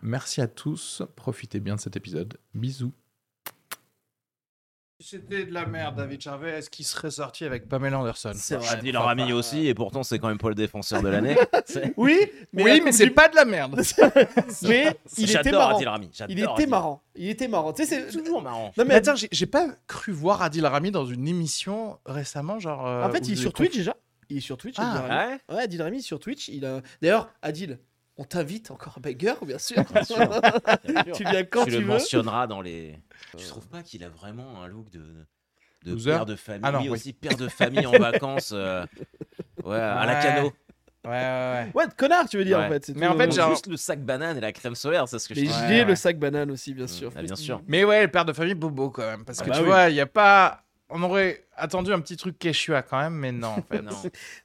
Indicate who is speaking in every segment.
Speaker 1: Merci à tous, profitez bien de cet épisode. Bisous.
Speaker 2: C'était de la merde, David Chavez, qui serait sorti avec Pamela Anderson.
Speaker 3: a dit leur ami aussi, et pourtant c'est quand même pas le défenseur de l'année. C'est-
Speaker 4: Oui, mais, la
Speaker 2: oui, mais
Speaker 4: Coupe
Speaker 2: c'est
Speaker 4: du-
Speaker 2: pas de la merde.
Speaker 4: mais il était
Speaker 3: J'adore
Speaker 4: marrant.
Speaker 3: Adil Rami. j'adore
Speaker 4: Il était
Speaker 3: Adil.
Speaker 4: marrant. Il était marrant. Tu sais,
Speaker 3: C'est
Speaker 4: c'est-
Speaker 3: Toujours marrant.
Speaker 2: Mais
Speaker 4: Non mais
Speaker 2: attends, j'ai j'ai pas cru voir Adil Rami dans une émission récemment, genre. euh,
Speaker 4: en fait,
Speaker 2: où
Speaker 4: il est
Speaker 2: vous
Speaker 4: sur
Speaker 2: avez
Speaker 4: Twitch déjà. Il est sur Twitch.
Speaker 2: Ah,
Speaker 4: Adil Rami.
Speaker 3: Ouais.
Speaker 4: Ouais, Adil Rami sur Twitch. Il a. D'ailleurs, Adil, on t'invite encore un banger, bien sûr.
Speaker 3: Bien sûr. Bien sûr.
Speaker 4: tu viens quand
Speaker 3: tu
Speaker 4: tu,
Speaker 3: le
Speaker 4: veux.
Speaker 3: mentionneras dans les. euh, Tu trouves pas qu'il a vraiment un look de, de
Speaker 1: Loser
Speaker 3: père de famille
Speaker 1: Ah non, oui.
Speaker 3: aussi père de famille en vacances euh, ouais, à la
Speaker 1: Ouais.
Speaker 3: cano.
Speaker 1: Ouais, ouais, ouais.
Speaker 4: Ouais, de connard, tu veux dire
Speaker 3: Ouais.
Speaker 4: en fait. c'est
Speaker 1: Mais en
Speaker 4: tout.
Speaker 1: fait,
Speaker 3: Donc,
Speaker 1: genre-
Speaker 3: juste le sac banane et la crème solaire, c'est ce que je
Speaker 4: Mais
Speaker 3: trouve.
Speaker 1: Ouais,
Speaker 4: j'ai
Speaker 1: ouais.
Speaker 4: le sac banane aussi, bien sûr.
Speaker 3: Ah, bien sûr.
Speaker 1: Mais ouais, le père de famille, bobo quand même. Parce
Speaker 4: Ah
Speaker 1: que
Speaker 4: bah
Speaker 1: tu
Speaker 4: oui.
Speaker 1: vois, il n'y a pas. On aurait attendu un petit truc quechua quand même, mais non, en fait.
Speaker 3: Non.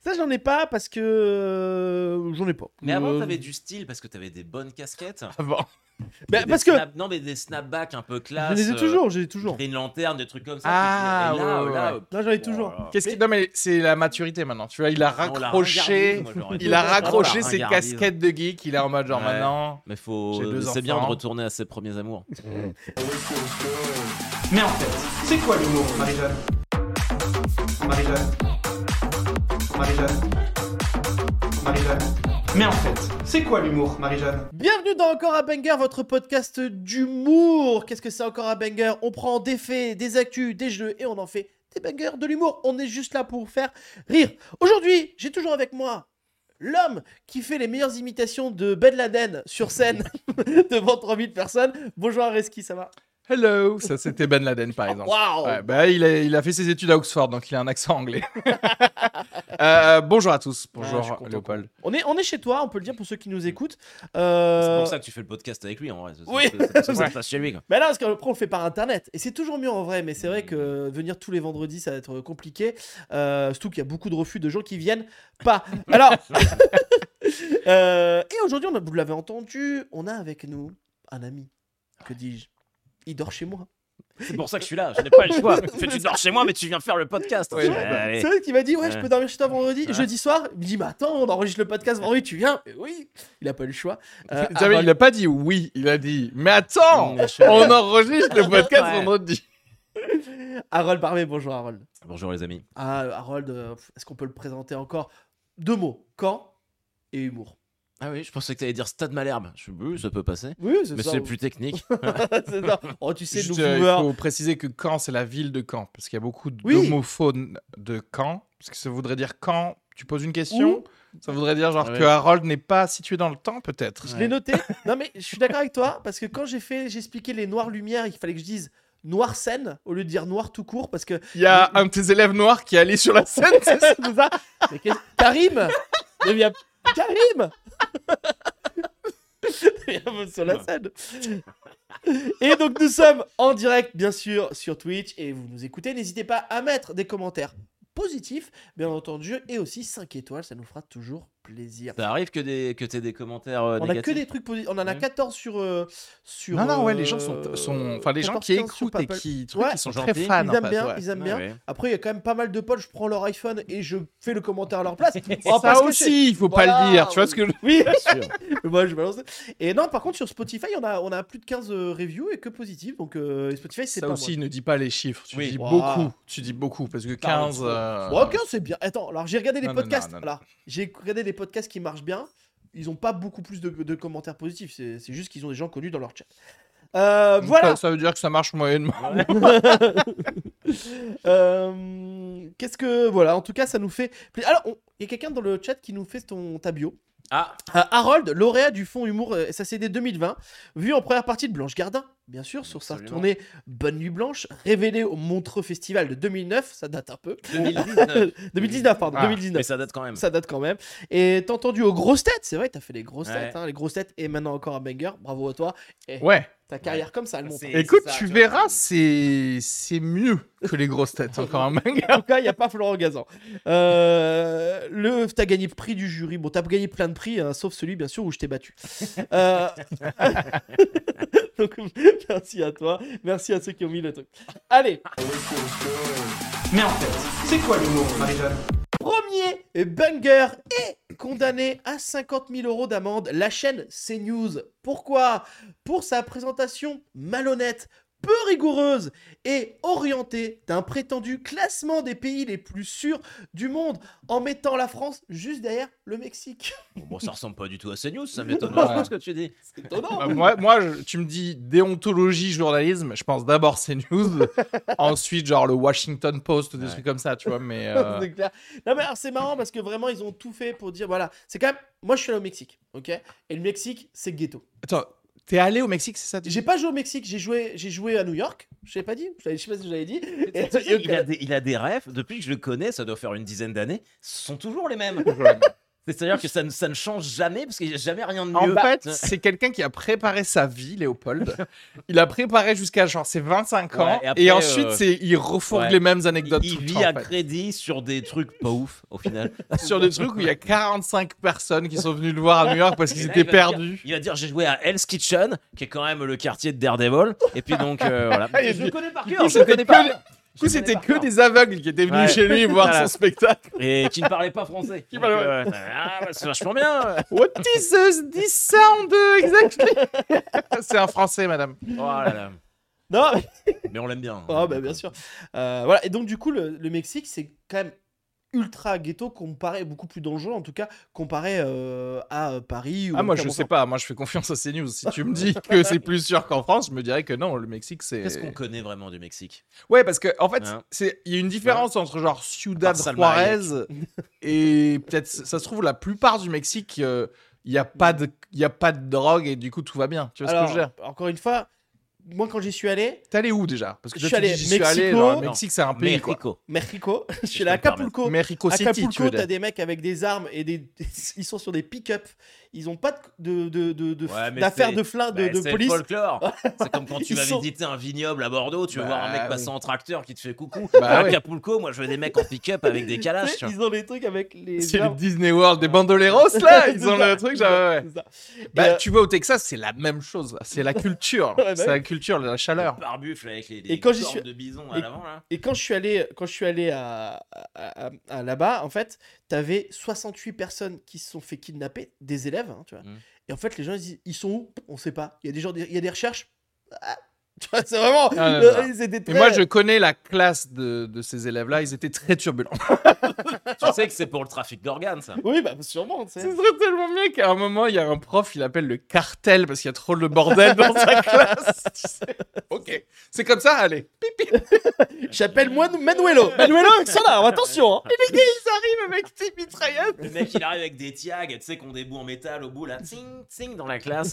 Speaker 4: Ça, j'en ai pas parce que euh, j'en ai pas.
Speaker 3: Mais avant,
Speaker 4: Euh,
Speaker 3: t'avais du style parce que t'avais des bonnes casquettes.
Speaker 1: Ah bon.
Speaker 4: Bah,
Speaker 3: Des
Speaker 4: parce que
Speaker 3: snap- Non, mais des snapbacks un peu
Speaker 4: je
Speaker 3: classe.
Speaker 4: les ai
Speaker 3: euh,
Speaker 4: toujours, je les ai toujours.
Speaker 3: Green lanterne, des trucs comme ça.
Speaker 1: Ah,
Speaker 3: Et là,
Speaker 1: ouais, ouais,
Speaker 3: là,
Speaker 1: ouais.
Speaker 3: euh,
Speaker 4: Là, j'en ai toujours.
Speaker 1: Qu'est-ce qui. Non, mais c'est la maturité maintenant. Tu vois, il a
Speaker 3: on l'a
Speaker 1: raccroché.
Speaker 3: ringardise, moi, je l'aurais dit.
Speaker 1: Il a
Speaker 3: Vraiment, on l'a
Speaker 1: raccroché ses
Speaker 3: ringardise.
Speaker 1: casquettes de geek. Il est en mode genre
Speaker 3: Ouais.
Speaker 1: maintenant.
Speaker 3: Mais faut,
Speaker 1: J'ai deux
Speaker 3: c'est bien de
Speaker 1: enfants.
Speaker 3: retourner à ses premiers amours.
Speaker 5: Mais en fait, c'est quoi l'humour, Marie-Jeanne Marie-Jeanne Marie-Jeanne Marie-Jeanne Mais en fait, c'est quoi l'humour, Marie-Jeanne
Speaker 4: Bienvenue dans Encore un banger, votre podcast d'humour. Qu'est-ce que c'est Encore un banger On prend des faits, des actus, des jeux et on en fait des bangers de l'humour. On est juste là pour faire rire. Aujourd'hui, j'ai toujours avec moi l'homme qui fait les meilleures imitations de Ben Laden sur scène devant 3000 personnes. Bonjour Areski, ça va
Speaker 1: Hello, ça c'était Ben Laden
Speaker 4: Oh,
Speaker 1: par exemple.
Speaker 4: Waouh
Speaker 1: Ouais, bah, il, a, il a fait ses études à Oxford, donc il a un accent anglais. Euh, bonjour à tous,
Speaker 4: Ah, je suis
Speaker 1: bonjour
Speaker 4: content.
Speaker 1: Léopold.
Speaker 4: on est, on est chez toi, on peut le dire pour ceux qui nous écoutent.
Speaker 3: C'est
Speaker 4: Euh,
Speaker 3: pour ça que tu fais le podcast avec lui en vrai. C'est-
Speaker 4: Oui.
Speaker 3: c'est- C'est pour ça que ça se passe chez lui. quoi.
Speaker 4: Mais là, parce qu'après, on le fait par internet. Et c'est toujours mieux en vrai. Mais c'est vrai que venir tous les vendredis, ça va être compliqué. Euh, surtout qu'il y a beaucoup de refus de gens qui viennent pas. Alors. euh, et aujourd'hui, on a- vous l'avez entendu, on a avec nous un ami. Que dis-je Il dort chez moi.
Speaker 3: C'est pour ça que je suis là. Je n'ai pas le choix. En fait, tu dors chez moi, mais tu viens faire le podcast.
Speaker 1: Ouais,
Speaker 3: Ouais,
Speaker 1: bah,
Speaker 3: allez.
Speaker 4: C'est vrai qu'il m'a dit Ouais, je
Speaker 3: Ouais.
Speaker 4: peux dormir chez toi vendredi.
Speaker 3: Ouais.
Speaker 4: Jeudi soir, il me dit Mais attends, on enregistre le podcast vendredi, tu viens Et Oui, il a pas eu le choix. Euh,
Speaker 1: Vous savez,
Speaker 4: avant-
Speaker 1: il a pas dit oui, il a dit Mais attends,
Speaker 3: Mais je-
Speaker 1: on enregistre le podcast
Speaker 3: Ouais.
Speaker 1: vendredi.
Speaker 4: Harold Parmé, bonjour Harold.
Speaker 3: Bonjour les amis.
Speaker 4: Ah, Harold, euh, pff, est-ce qu'on peut le présenter encore Deux mots quand et humour.
Speaker 3: Ah oui, je pensais que t'allais dire Stade Malherbe. Je suis oui, ça peut passer.
Speaker 4: Oui, c'est
Speaker 3: Mais
Speaker 4: ça.
Speaker 3: c'est plus technique.
Speaker 4: C'est ça. Oh, tu sais,
Speaker 1: Juste,
Speaker 4: nous
Speaker 1: euh, il
Speaker 4: viewers.
Speaker 1: faut préciser que Caen, c'est la ville de Caen, parce qu'il y a beaucoup
Speaker 4: Oui.
Speaker 1: d'homophones de Caen, parce que ça voudrait dire quand tu poses une question, ça voudrait dire genre
Speaker 4: Ah
Speaker 3: Ouais.
Speaker 1: que Harold n'est pas situé dans le temps peut-être.
Speaker 4: Je l'ai noté. Non, mais je suis d'accord avec toi parce que quand j'ai fait, j'expliquais les noirs lumières, il fallait que je dise noir scène au lieu de dire noir tout court parce que.
Speaker 1: Il y a un de tes élèves noirs qui est allé sur la scène.
Speaker 4: C'est ça. Mais qu'est-ce- Karim Deviens. Karim Deviens sur la scène. Et donc nous sommes en direct, bien sûr, sur Twitch et vous nous écoutez. N'hésitez pas à mettre des commentaires positifs, bien entendu, et aussi 5 étoiles, ça nous fera toujours plaisir.
Speaker 3: ça arrive que, des... que t'aies des commentaires euh,
Speaker 4: On a que
Speaker 3: négatifs.
Speaker 4: des trucs positifs. On en a
Speaker 3: Ouais.
Speaker 4: 14 sur. euh, sur
Speaker 1: non, non, ouais,
Speaker 4: euh,
Speaker 1: les gens sont, sont- enfin, les gens
Speaker 4: 14,
Speaker 1: qui
Speaker 4: 15 sur
Speaker 1: écoutent et
Speaker 4: Apple.
Speaker 1: qui,
Speaker 4: Ouais,
Speaker 1: qui sont
Speaker 3: ils sont
Speaker 1: très
Speaker 3: gentils.
Speaker 1: fans.
Speaker 4: Ils
Speaker 1: en
Speaker 4: aiment
Speaker 1: fait,
Speaker 4: bien,
Speaker 1: ouais.
Speaker 4: ils aiment
Speaker 3: Ouais,
Speaker 4: bien.
Speaker 3: ouais.
Speaker 4: Après, il y a quand même pas mal de potes, je prends leur iPhone et je fais le commentaire à leur place. On va pas
Speaker 1: Ça
Speaker 4: se cacher.
Speaker 1: Oh, aussi, il faut pas
Speaker 4: Voilà.
Speaker 1: le dire. Tu vois ce que je...
Speaker 4: Oui,
Speaker 3: sûr.
Speaker 4: moi je balance. Et non, par contre, sur Spotify, on a, on a plus de 15 reviews et que positifs. Donc euh, et Spotify, c'est
Speaker 1: Ça
Speaker 4: pas
Speaker 1: aussi, ne dis pas les chiffres. Tu
Speaker 3: Oui.
Speaker 1: dis
Speaker 4: Wow.
Speaker 1: beaucoup. Tu dis beaucoup parce que 15. euh,
Speaker 4: moi. Ouais, 15, c'est bien. Attends, alors j'ai regardé les
Speaker 1: Non, non,
Speaker 4: podcasts.
Speaker 1: non, non, non.
Speaker 4: Alors, j'ai regardé les podcasts qui marchent bien. Ils ont pas beaucoup plus de, de commentaires positifs. C'est c'est juste qu'ils ont des gens connus dans leur chat. Euh, voilà.
Speaker 1: Ça, ça veut dire que ça marche moyennement.
Speaker 4: Euh, Qu'est-ce que voilà En tout cas, ça nous fait. pla- Alors, on- il y a quelqu'un dans le chat qui nous fait ton ta bio.
Speaker 3: Ah,
Speaker 4: Euh, Harold, lauréat du Fonds Humour euh, SACD 2020, vu en première partie de Blanche Gardin, bien sûr, sur sa
Speaker 3: Absolument.
Speaker 4: tournée Bonne Nuit Blanche, révélée au Montreux Festival de 2009, ça date un peu.
Speaker 3: 2019.
Speaker 4: 2019, pardon,
Speaker 1: Ah,
Speaker 4: 2019.
Speaker 3: Euh, Mais ça date quand même.
Speaker 4: Ça date quand même. Et t'as entendu aux grosses têtes, c'est vrai, t'as fait les grosses
Speaker 3: Ouais.
Speaker 4: têtes, hein, les grosses têtes, et maintenant encore un banger, bravo à toi.
Speaker 1: Ouais.
Speaker 4: Ta carrière comme ça, elle monte.
Speaker 3: C'est-
Speaker 4: hein.
Speaker 1: Écoute,
Speaker 3: ça,
Speaker 1: tu
Speaker 3: tu vois.
Speaker 1: verras, c'est c'est mieux que les grosses têtes. hein, Encore un manga.
Speaker 4: En tout cas, il n'y a pas Florent Gazan. Euh, le, t'as gagné le prix du jury. Bon, t'as gagné plein de prix, hein, sauf celui, bien sûr, où je t'ai battu. Euh, Donc, merci à toi. Merci à ceux qui ont mis le truc. Allez,
Speaker 5: Mais en fait, c'est quoi l'humour, Marie-Jeanne
Speaker 4: premier banger est condamné à 50 000 euros d'amende. La chaîne CNews. Pourquoi Pour sa présentation malhonnête, peu rigoureuse et orientée d'un prétendu classement des pays les plus sûrs du monde en mettant la France juste derrière le Mexique.
Speaker 3: Bon, bon, ça ressemble pas du tout à CNews, ça m'étonne pas
Speaker 1: Ouais.
Speaker 3: ce que tu dis.
Speaker 4: C'est étonnant.
Speaker 1: Bah, moi, moi je- tu me dis déontologie, journalisme, je pense d'abord CNews, ensuite genre le Washington Post, des
Speaker 3: Ouais.
Speaker 1: trucs comme ça, tu vois, mais... euh,
Speaker 4: C'est clair. Non, mais alors, c'est marrant parce que vraiment, ils ont tout fait pour dire voilà, c'est quand même. Moi, je suis allé au Mexique, ok Et le Mexique, c'est ghetto.
Speaker 1: Attends, t'es allé au Mexique, c'est ça tu dis
Speaker 4: J'ai pas joué au Mexique, j'ai joué, j'ai joué à New York. Je l'avais pas dit, je l'avais- je sais pas si je l'avais dit. Et- et au
Speaker 3: Il a, des, il a des rêves, depuis que je le connais, ça doit faire une dizaine d'années, ce sont toujours les mêmes. C'est-à-dire que ça ne, ça ne change jamais parce qu'il n'y a jamais rien de
Speaker 1: En
Speaker 3: mieux.
Speaker 1: fait, c'est quelqu'un qui a préparé sa vie, Léopold. Il a préparé jusqu'à genre ses 25 ans,
Speaker 3: Ouais,
Speaker 1: et,
Speaker 3: et après,
Speaker 1: ensuite
Speaker 3: euh,
Speaker 1: c'est il refourgue
Speaker 3: ouais.
Speaker 1: les mêmes anecdotes
Speaker 3: il, il
Speaker 1: tout le
Speaker 3: vit
Speaker 1: temps,
Speaker 3: à
Speaker 1: en fait.
Speaker 3: crédit sur des trucs pas ouf au final.
Speaker 1: sur des trucs où il y a 45 personnes qui sont venues le voir à New York parce
Speaker 3: Et
Speaker 1: qu'ils
Speaker 3: là,
Speaker 1: étaient
Speaker 3: il va dire-
Speaker 1: perdus.
Speaker 3: Il va dire j'ai joué à Hell's Kitchen, qui est quand même le quartier de Daredevil. Et puis donc euh, voilà.
Speaker 1: Et
Speaker 3: je
Speaker 1: puis-
Speaker 3: le connais par
Speaker 1: coup,
Speaker 3: cœur. Je le
Speaker 1: c'était
Speaker 3: connais par
Speaker 1: que-
Speaker 3: cœur.
Speaker 1: Du coup,
Speaker 3: Je le
Speaker 1: c'était
Speaker 3: connais
Speaker 1: que
Speaker 3: par
Speaker 1: des aveugles qui étaient venus
Speaker 3: Ouais.
Speaker 1: chez lui voir
Speaker 3: Voilà.
Speaker 1: son spectacle.
Speaker 3: cœur. Et qui ne parlait pas français.
Speaker 1: Qui
Speaker 3: Donc,
Speaker 1: parlait-
Speaker 3: euh, ah, bah, c'est vachement bien.
Speaker 1: What is this, this sound euh, exactly C'est un français, madame.
Speaker 3: Oh là là.
Speaker 4: Non, mais-
Speaker 3: Mais on l'aime bien.
Speaker 4: Ah bah bien sûr. Euh, voilà. Et donc du coup, le, le Mexique, c'est quand même ultra ghetto comparé, beaucoup plus dangereux en tout cas, comparé euh, à euh, Paris. Ou
Speaker 1: Ah, moi, je sais pas. Moi, je fais confiance à CNews. Si tu me dis que c'est plus sûr qu'en France, je me dirais que non, le Mexique, c'est.
Speaker 3: Qu'est-ce qu'on connaît vraiment du Mexique
Speaker 1: Ouais, parce que, en fait,
Speaker 3: Hein.
Speaker 1: c'est- il y a une différence entre genre Ciudad
Speaker 3: À part Salma
Speaker 1: Juarez et peut-être, ça se trouve, la plupart du Mexique, euh, il n'y a, pas de- il y a pas de drogue et du coup, tout va bien. Tu vois ce que je veux dire
Speaker 4: encore une fois, moi quand j'y suis allé,
Speaker 1: T'es allé où déjà Parce que
Speaker 4: Je
Speaker 1: toi,
Speaker 4: suis
Speaker 1: tu
Speaker 4: allé
Speaker 1: dis, j'y suis allé. genre, le
Speaker 4: Mexico.
Speaker 1: Mexique, c'est un pays, quoi.
Speaker 3: Mexico.
Speaker 4: Mexico, je suis
Speaker 3: peux
Speaker 4: allé à
Speaker 3: me permettre.
Speaker 4: Acapulco.
Speaker 1: Mexico City, tu
Speaker 4: Acapulco,
Speaker 1: veux
Speaker 4: t'as
Speaker 1: dire.
Speaker 4: des mecs avec des armes et des, ils sont sur des pick-up. Ils ont pas de de de de-
Speaker 3: Ouais, mais
Speaker 4: d'affaires
Speaker 3: c'est-
Speaker 4: de flingue
Speaker 3: Bah,
Speaker 4: de, de
Speaker 3: c'est
Speaker 4: police.
Speaker 3: folklore. c'est comme quand tu
Speaker 4: Ils
Speaker 3: vas
Speaker 4: sont-
Speaker 3: visiter un vignoble à Bordeaux, tu vas voir un
Speaker 1: Bah,
Speaker 3: mec
Speaker 1: oui.
Speaker 3: passer en tracteur qui te fait coucou.
Speaker 1: Bah,
Speaker 3: à
Speaker 1: ouais.
Speaker 3: Acapulco, moi je veux des mecs en pick-up avec des
Speaker 4: Tu
Speaker 3: calaches.
Speaker 4: sais,
Speaker 3: tu vois.
Speaker 4: Ils ont des trucs avec les.
Speaker 1: C'est le
Speaker 4: armes.
Speaker 1: Disney World des bandoleros là, ils
Speaker 4: C'est
Speaker 1: ont
Speaker 4: ça,
Speaker 1: le truc
Speaker 4: c'est
Speaker 1: genre
Speaker 4: ça,
Speaker 1: ouais. ouais.
Speaker 4: c'est ça.
Speaker 1: Bah,
Speaker 4: euh,
Speaker 1: tu vois au Texas, c'est la même chose, c'est la culture,
Speaker 4: Ouais, bah
Speaker 1: c'est
Speaker 4: oui.
Speaker 1: la culture, la chaleur.
Speaker 3: Barbufle avec les, les
Speaker 4: Et quand j'y
Speaker 3: cornes
Speaker 4: suis-
Speaker 3: de bison
Speaker 4: et-
Speaker 3: à l'avant là.
Speaker 4: Et quand je suis allé, quand je suis allé à, à- à- à là-bas, en fait, t'avais 68 personnes qui se sont fait kidnapper, des élèves, hein, tu vois.
Speaker 3: Mm.
Speaker 4: Et en fait, les gens, ils disent, ils sont où On sait pas. Il y a des gens, il y a des recherches. Ah, tu vois, c'est vraiment.
Speaker 1: Ah,
Speaker 4: le-
Speaker 1: non, non.
Speaker 4: ils étaient
Speaker 1: Et
Speaker 4: très-
Speaker 1: moi, je connais la classe de, de ces élèves-là, ils étaient très turbulents.
Speaker 3: Tu sais que c'est pour le trafic d'organes ça.
Speaker 4: Oui, bah sûrement. tu sais.
Speaker 1: Ce serait tellement mieux qu'à un moment, il y a un prof, il appelle le cartel parce qu'il y a trop de bordel dans sa classe. tu sais. Ok, c'est comme ça, allez.
Speaker 4: J'appelle moi Manuelo. Manuelo, ils sont là. Attention. hein.
Speaker 1: Ils arrivent avec des mitraillettes.
Speaker 3: Le mec, il arrive avec des tiags, tu sais, qu'on des bouts en métal au bout, là, ting, ting, dans la classe.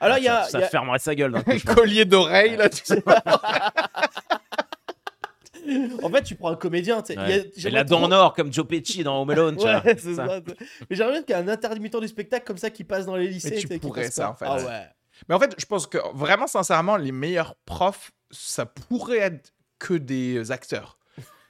Speaker 4: Alors Ah, il y a,
Speaker 3: ça, ça
Speaker 4: il y a-
Speaker 3: fermerait sa gueule. d'un coup.
Speaker 1: Un collier d'oreille, là, tu sais.
Speaker 4: en fait, tu prends un comédien. tu sais. Il y a-
Speaker 3: Ouais. Et
Speaker 4: j'aimerais
Speaker 3: la dent
Speaker 4: trop-
Speaker 3: en or, comme Joe Pesci dans Home Alone, tu vois.
Speaker 4: Ouais, c'est ça. Mais j'aimerais bien qu'il y ait un intermittent du spectacle comme ça qui passe dans les lycées.
Speaker 1: tu
Speaker 4: sais, qui
Speaker 1: pourrais,
Speaker 4: passe
Speaker 1: ça,
Speaker 4: pas.
Speaker 1: en fait.
Speaker 4: Ah ouais.
Speaker 1: Mais en fait, je pense que vraiment, sincèrement, les meilleurs profs, ça pourrait être que des euh, acteurs.